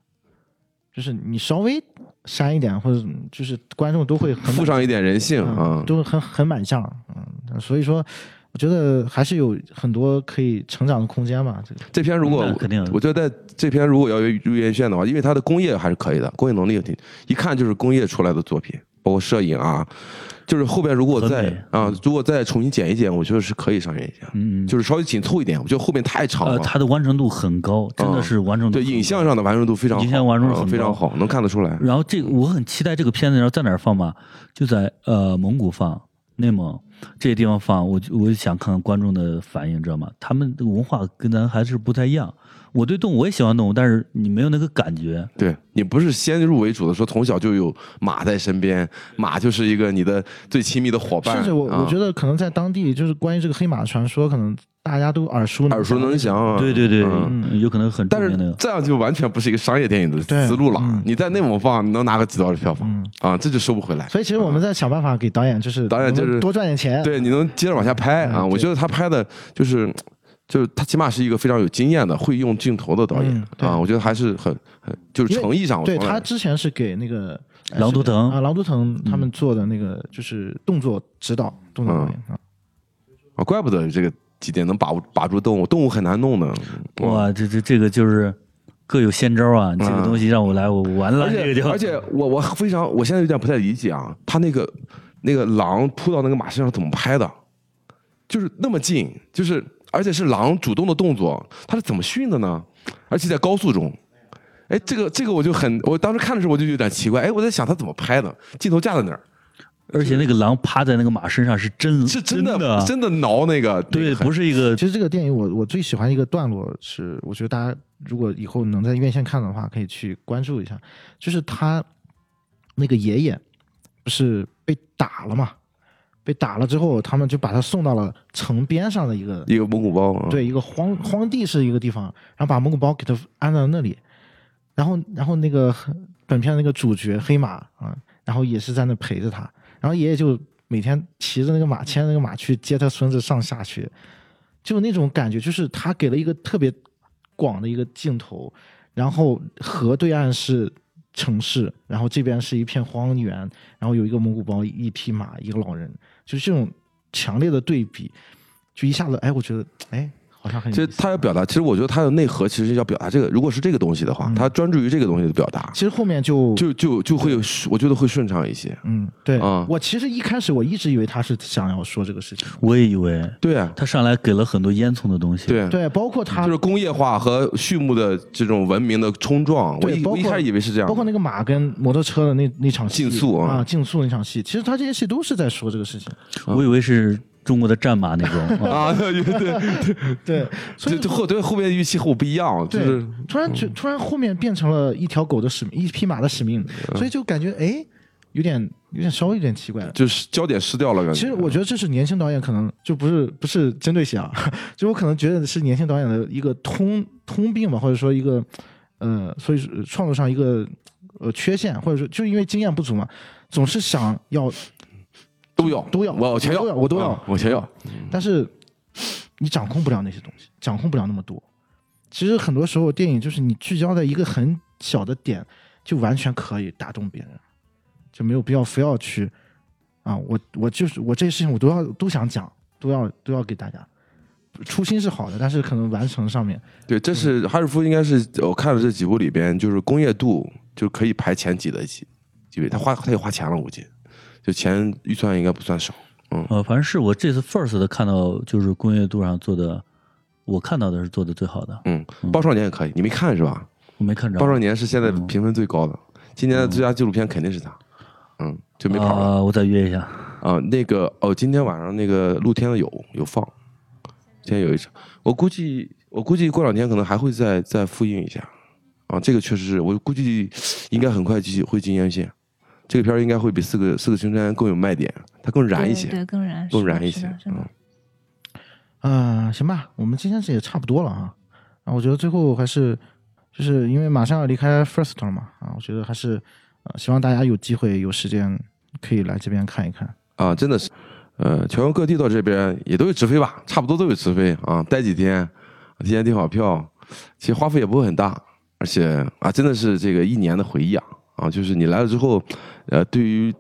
Speaker 2: 就是你稍微删一点，或者就是观众都会很
Speaker 1: 附上一点人性啊
Speaker 2: 嗯，，都很很满项，嗯，所以说我觉得还是有很多可以成长的空间吧。这个
Speaker 1: 这篇如果
Speaker 4: 那肯定
Speaker 1: 我觉得在这篇如果要入院线的话，因为它的工业还是可以的，工业能力也挺，一看就是工业出来的作品，包括摄影啊，就是后边如果
Speaker 4: 很
Speaker 1: 再
Speaker 4: 美
Speaker 1: 啊，如果再重新剪一剪，我觉得是可以上院线，
Speaker 4: 嗯嗯。
Speaker 1: 就是稍微紧凑一点，我觉得后面太长
Speaker 4: 呃，
Speaker 1: 了。
Speaker 4: 它的完成度很高，真的是完成
Speaker 1: 嗯
Speaker 4: 度
Speaker 1: 对
Speaker 4: 很
Speaker 1: 影
Speaker 4: 高
Speaker 1: 像上的完成度非常好，
Speaker 4: 影像完成度
Speaker 1: 啊
Speaker 4: 很高嗯
Speaker 1: 非常好，能看得出来。
Speaker 4: 然后这个我很期待这个片子，然后在哪儿放吧？就在呃蒙古放、内蒙这些地方放，我就我就想看看观众的反应，知道吗？他们的文化跟咱还是不太一样。我对动物我也喜欢动物，但是你没有那个感觉。
Speaker 1: 对你不是先入为主的说从小就有马在身边，马就是一个你的最亲密的伙伴。
Speaker 2: 甚至我
Speaker 1: 啊
Speaker 2: 我觉得可能在当地，就是关于这个黑马传说，可能大家都耳熟
Speaker 1: 耳熟能详啊。
Speaker 4: 对对对，
Speaker 1: 嗯
Speaker 4: 嗯有可能很著
Speaker 1: 但是
Speaker 4: 名的。
Speaker 1: 这样就完全不是一个商业电影的
Speaker 2: 对
Speaker 1: 思路了。
Speaker 2: 嗯
Speaker 1: 你在内蒙放，你能拿个几多少的票房、
Speaker 2: 嗯
Speaker 1: 啊？这就收不回来。
Speaker 2: 所以其实我们在想办法给导演，就是
Speaker 1: 导演就是
Speaker 2: 我们多赚点钱。
Speaker 1: 对，你能接着往下拍啊？
Speaker 2: 嗯
Speaker 1: 我
Speaker 2: 对
Speaker 1: 觉得他拍的就是，就是他起码是一个非常有经验的、会用镜头的导演、
Speaker 2: 嗯对
Speaker 1: 啊。我觉得还是很很就是
Speaker 2: 因为
Speaker 1: 诚意上，我
Speaker 2: 对
Speaker 1: 从来
Speaker 2: 他之前是给那个呃
Speaker 4: 郎
Speaker 2: 是
Speaker 4: 图腾
Speaker 2: 啊，郎图腾他们做的那个就是动作指导，动作导演
Speaker 1: 嗯
Speaker 2: 啊，
Speaker 1: 啊，怪不得这个几点能把握把住动物，动物很难弄的。
Speaker 4: 哇，这这这个就是各有仙招啊！这个东西让我来，我完
Speaker 1: 嗯
Speaker 4: 了，
Speaker 1: 而
Speaker 4: 这个
Speaker 1: 且
Speaker 4: 就
Speaker 1: 而且我我非常我现在有点不太理解啊，他那个那个狼扑到那个马身上怎么拍的？就是那么近，就是而且是狼主动的动作，他是怎么训的呢？而且在高速中，哎，这个这个我就很，我当时看的时候我就有点奇怪，哎，我在想他怎么拍的，镜头架在那儿，
Speaker 4: 而且那个狼趴在那个马身上是真
Speaker 1: 是真
Speaker 4: 嗯真
Speaker 1: 的
Speaker 4: 的啊
Speaker 1: 真的挠那个，那
Speaker 4: 对，
Speaker 1: 个很
Speaker 4: 不是一个
Speaker 2: 其实这个电影我我最喜欢一个段落是，我觉得大家如果以后能在院线看的话，可以去关注一下，就是他那个爷爷不是被打了嘛，被打了之后，他们就把他送到了城边上的一个
Speaker 1: 一个蒙古包，啊，
Speaker 2: 对，一个荒荒地是一个地方，然后把蒙古包给他安到那里，然后然后那个 本片那个主角黑马啊，然后也是在那陪着他，然后爷爷就每天骑着那个马，牵着那个马去接他孙子上下学，就那种感觉，就是他给了一个特别广的一个镜头，然后河对岸是城市，然后这边是一片荒原，然后有一个蒙古包，一匹马，一个老人，就是这种强烈的对比，就一下子，哎，我觉得，哎，好像很有
Speaker 1: 其实
Speaker 2: 意思
Speaker 1: 他要表达，其实我觉得他的内核其实要表达这个。如果是这个东西的话
Speaker 2: 嗯，
Speaker 1: 他专注于这个东西的表达，
Speaker 2: 其实后面就
Speaker 1: 就就就会有，我觉得会顺畅一些。
Speaker 2: 嗯，对、
Speaker 1: 啊
Speaker 2: 我其实一开始我一直以为他是想要说这个事情，
Speaker 4: 我也以为
Speaker 1: 对啊，
Speaker 4: 他上来给了很多烟囱的东西，，
Speaker 1: 对啊，
Speaker 2: 对，包括他
Speaker 1: 就是工业化和畜牧的这种文明的冲撞。我
Speaker 2: 对
Speaker 1: 一
Speaker 2: 包
Speaker 1: 我
Speaker 2: 括
Speaker 1: 一开始以为是这样
Speaker 2: 包括
Speaker 1: 的，
Speaker 2: 那个马跟摩托车的那那场戏
Speaker 1: 竞速啊
Speaker 2: 啊，竞速那场戏，其实他这些戏都是在说这个 事情，
Speaker 4: 我以为是中国的战马那种啊，
Speaker 1: 啊，对对，
Speaker 2: 对， 所以
Speaker 1: 就就后对后面预期和我不一样，就
Speaker 2: 对，
Speaker 1: 是
Speaker 2: 突然就突然后面变成了一条狗的使命，一匹马的使命，所以就感觉哎，有点有点稍微有点奇怪了。
Speaker 1: 就是焦点失掉了。感觉
Speaker 2: 其实我觉得这是年轻导演可能就不是不是针对谁啊， 就我可能觉得是年轻导演的一个通通病吧，或者说一个呃，所以是创作上一个呃缺陷，或者说就是因为经验不足嘛，总是想要，
Speaker 1: 都要
Speaker 2: 都要
Speaker 1: 我我全要，
Speaker 2: 我都要我都要
Speaker 1: 啊我全要。
Speaker 2: 但是你掌控不了那些东西，掌控不了那么多。其实很多时候电影就是你聚焦在一个很小的点，就完全可以打动别人，就没有必要非要去啊，我我就是我这些事情我都要都想讲，都要都要给大家。初心是好的，但是可能完成上面，
Speaker 1: 对，这是
Speaker 2: 嗯
Speaker 1: 《哈尔夫》，应该是我看了这几部里边，就是工业度就可以排前几的几几位。他花他也花钱了，我估计，就钱预算应该不算少。
Speaker 4: 呃，反正是我这次 first 的看到就是工业度上做的，我看到的是做的最好的，
Speaker 1: 嗯，报少年也可以，你没看是吧？
Speaker 4: 我没看着。
Speaker 1: 报少年是现在评分最高的，今年的最佳纪录片肯定是他。嗯，就没跑了
Speaker 4: 啊，我再约一下。
Speaker 1: 啊、那个哦，今天晚上那个露天的有有放，今天有一场，我估计我估计过两天可能还会再再复映一下。啊，这个确实是我估计应该很快就会进院线。这个片儿应该会比四个四个青山更有卖点，它更燃一
Speaker 3: 对
Speaker 1: 些，
Speaker 3: 对，更燃，
Speaker 1: 更
Speaker 3: 是的
Speaker 1: 燃一
Speaker 3: 是
Speaker 1: 些
Speaker 3: 的是。的
Speaker 1: 嗯，
Speaker 2: 嗯、行吧，我们今天是也差不多了啊。啊，我觉得最后还是就是因为马上要离开 First 了嘛，啊，我觉得还是呃，希望大家有机会有时间可以来这边看一看。
Speaker 1: 啊，真的是，呃，全国各地到这边也都有直飞吧，差不多都有直飞啊，待几天，提前订好票，其实花费也不会很大，而且啊，真的是这个一年的回忆啊，啊，就是你来了之后，呃，对于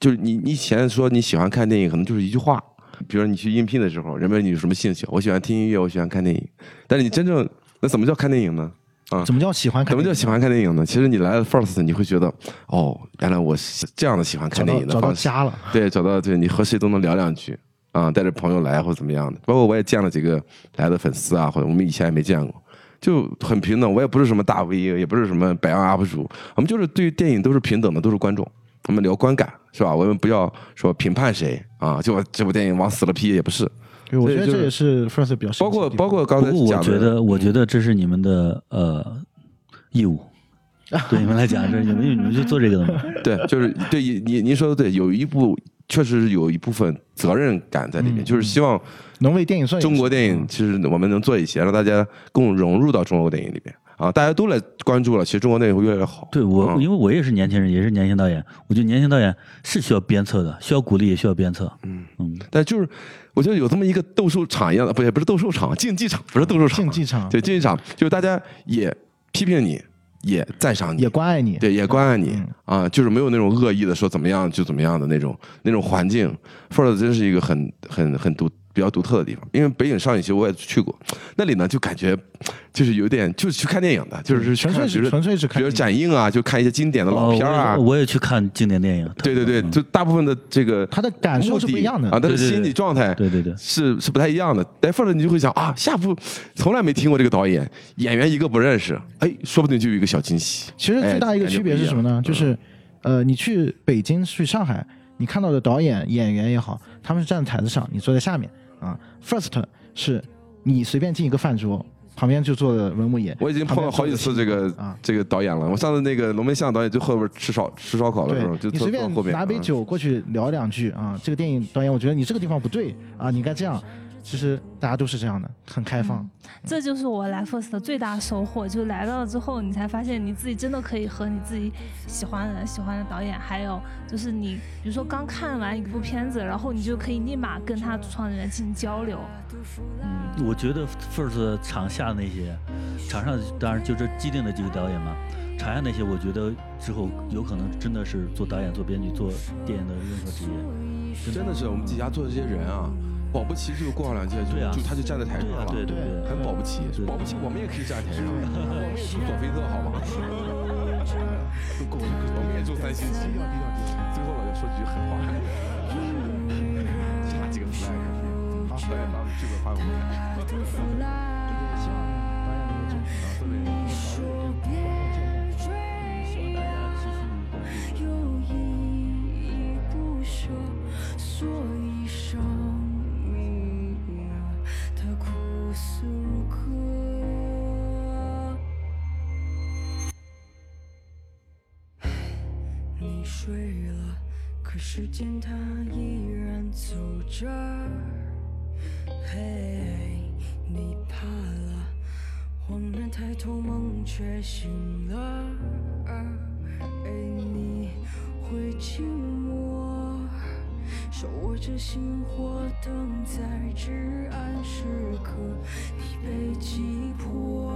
Speaker 1: 就是你你以前说你喜欢看电影，可能就是一句话，比如说你去应聘的时候，人问你有什么兴趣，我喜欢听音乐，我喜欢看电影，但是你真正那怎么叫看电影呢？
Speaker 2: 怎么叫喜欢
Speaker 1: 啊
Speaker 2: 看
Speaker 1: 怎么
Speaker 2: 电影？
Speaker 1: 叫喜欢看电影呢？其实你来了 First，你会觉得哦，原来我是这样的喜欢看
Speaker 2: 找
Speaker 1: 电
Speaker 2: 到
Speaker 1: 影的
Speaker 2: 找到
Speaker 1: 方式。
Speaker 2: 家 了？
Speaker 1: 对，找到对你和谁都能聊两句啊，带着朋友来或者怎么样的。包括我也见了几个来的粉丝啊，或者我们以前也没见过，就很平等。我也不是什么大 V，也不是什么百万 UP 主，我们就是对于电影都是平等的，都是观众。我们聊观感是吧？我们不要说评判谁啊，就我这部电影往死了批也不 是。
Speaker 2: 对，我
Speaker 1: 所以
Speaker 2: 觉得
Speaker 1: 就
Speaker 2: 这也是 First 比较神
Speaker 1: 包
Speaker 2: 奇的
Speaker 1: 括
Speaker 2: 地方
Speaker 1: 包括刚才
Speaker 4: 不过
Speaker 1: 讲
Speaker 4: 我
Speaker 1: 的，嗯
Speaker 4: 觉得，我觉得这是你们的呃 义务，对你们来讲是你们你们就做这个的嘛。
Speaker 1: 对，就是对你您说的对，有一部确实有一部分责任感在里面，
Speaker 2: 嗯
Speaker 1: 就是希望
Speaker 2: 能为电影算一
Speaker 1: 中国
Speaker 2: 次
Speaker 1: 电影，其实我们能做一些，让大家更融入到中国电影里边啊，大家都来关注了，其实中国电影会越来越好。
Speaker 4: 对我，
Speaker 1: 嗯
Speaker 4: 因为我也是年轻人，也是年轻导演，我觉得年轻导演是需要鞭策的，需要鼓励，也需要鞭策。嗯嗯，
Speaker 1: 但就是我觉得有这么一个斗兽场一样的，不也不是斗兽场，竞技场不是斗兽场
Speaker 2: 竞，技场
Speaker 1: 对竞技场，就是大家也批评你，也赞赏你
Speaker 2: 也，关爱你。
Speaker 1: 对，也关爱你
Speaker 2: 嗯
Speaker 1: 啊，就是没有那种恶意的说怎么样就怎么样的那种那种环境。Ford 真是一个很很很独比较独特的地方，因为北影上影节我也去过，那里呢就感觉就是有点就是去看电影的，就是去
Speaker 2: 嗯纯
Speaker 1: 看
Speaker 2: 粹
Speaker 1: 比如说
Speaker 2: 是纯粹是
Speaker 1: 比
Speaker 2: 看
Speaker 1: 如
Speaker 2: 电影，
Speaker 1: 展映啊，就看一些经典的老
Speaker 4: 哦
Speaker 1: 片儿啊
Speaker 4: 我也，我也去看经典电影。
Speaker 1: 对对对，
Speaker 4: 嗯
Speaker 1: 就大部分的这个
Speaker 2: 他的感受是不一样的
Speaker 1: 目的啊，他的
Speaker 4: 对对对
Speaker 1: 心理状态
Speaker 4: 对对对，
Speaker 1: 是是不太一样的。但放着你就会想啊，下部从来没听过这个导演，演员一个不认识，哎，说不定就有一个小惊喜。
Speaker 2: 其实最大一个
Speaker 1: 哎
Speaker 2: 区别是什么呢？
Speaker 1: 感觉
Speaker 2: 就
Speaker 1: 不一样嗯
Speaker 2: 是呃，你去北京、去上海，你看到的导演、演员也好，他们是站在台子上，你坐在下面啊。First 是你随便进一个饭桌，旁边就坐的文牧野。
Speaker 1: 我已经碰到好几次这个
Speaker 2: 旁边坐的秦昊啊。
Speaker 1: 这个导演了。我上次那个龙门巷导演就后边吃烧吃烧烤的时候，就
Speaker 2: 对，你
Speaker 1: 坐
Speaker 2: 随
Speaker 1: 坐
Speaker 2: 便
Speaker 1: 后边
Speaker 2: 拿杯
Speaker 1: 嗯
Speaker 2: 酒过去聊两句啊，这个电影导演，我觉得你这个地方不对啊，你应该这样。其实大家都是这样的，很开放。
Speaker 3: 这就是我来 First 的最大收获，就来到了之后，你才发现你自己真的可以和你自己喜欢的人、喜欢的导演，还有就是你，比如说刚看完一部片子，然后你就可以立马跟他主创人员进行交流。
Speaker 4: 嗯，我觉得 first 场下下那些，场上当然就这既定的几个导演嘛，场下那些我觉得之后有可能真的是做导演、做编剧、做电影的任何职业。
Speaker 1: 真的是我们底下坐的这些人啊，保不齐就过上两届就
Speaker 4: 对啊
Speaker 1: 就他就站在台上
Speaker 4: 对啊
Speaker 1: 了，，
Speaker 4: 对对对。
Speaker 1: 很保不齐
Speaker 4: 对，
Speaker 1: 保不齐我们也可以站在台上，我们也是索菲特好吗？我们也就三星期，最后我要说句狠话，差几个 flag，好，导演把剧本发给我们看。
Speaker 2: 希望导演能够争取到更多导演跟观众见面。
Speaker 4: 希望大家持续关注。
Speaker 6: 有依依不舍，所以生命啊，它苦涩如歌。你睡了，可时间它依然走着。嘿，你怕了，恍然抬头，梦却醒了。哎，你会寂寞，手握着星火，等在至暗时刻，你被击破。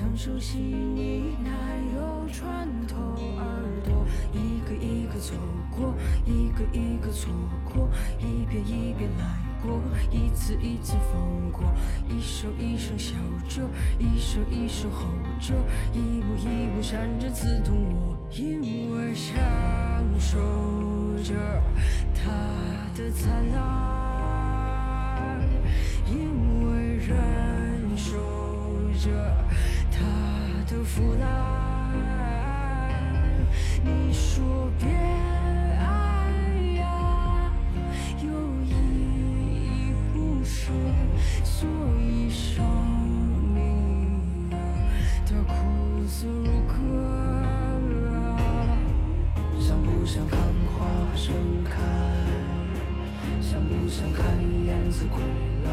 Speaker 6: 当熟悉你奶油穿透耳朵，一个一个走过，一个一个错过，一遍一遍来过，一次一次放过，一首一首笑着，一首一首吼着，一步一步闪着刺痛我，因为享受着它的灿烂，因为忍受着它的腐烂。你说别爱呀，又依依不舍，所以生命啊，它苦涩如歌。想不想看花盛开？想不想看燕子归来？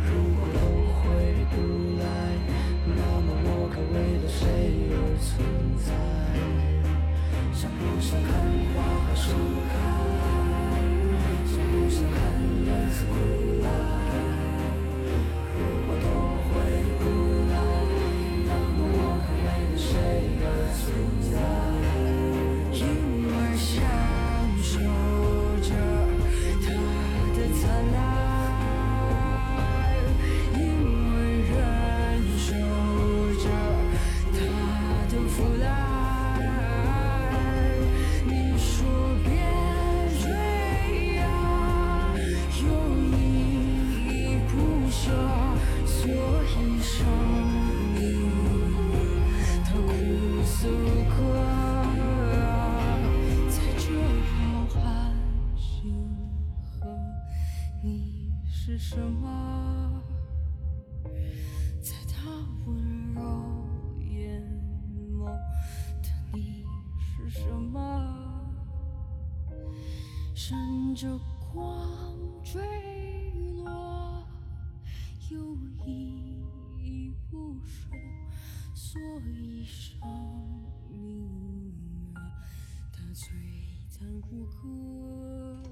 Speaker 6: 如果都回不来，那么我该为了谁而存在？想不想看花盛开？想不想看燕子归来？如果都回不来，那么我该为了谁而存在？因为享受着它的灿烂，因为忍受着它的腐烂。你说别追呀，又依依不舍，所以生命。它苦涩如歌，在这浩瀚星河，你是什么？在它温柔眼眸的你是什么？闪着光坠落，又依依不舍，所以生命啊，它璀璨如歌。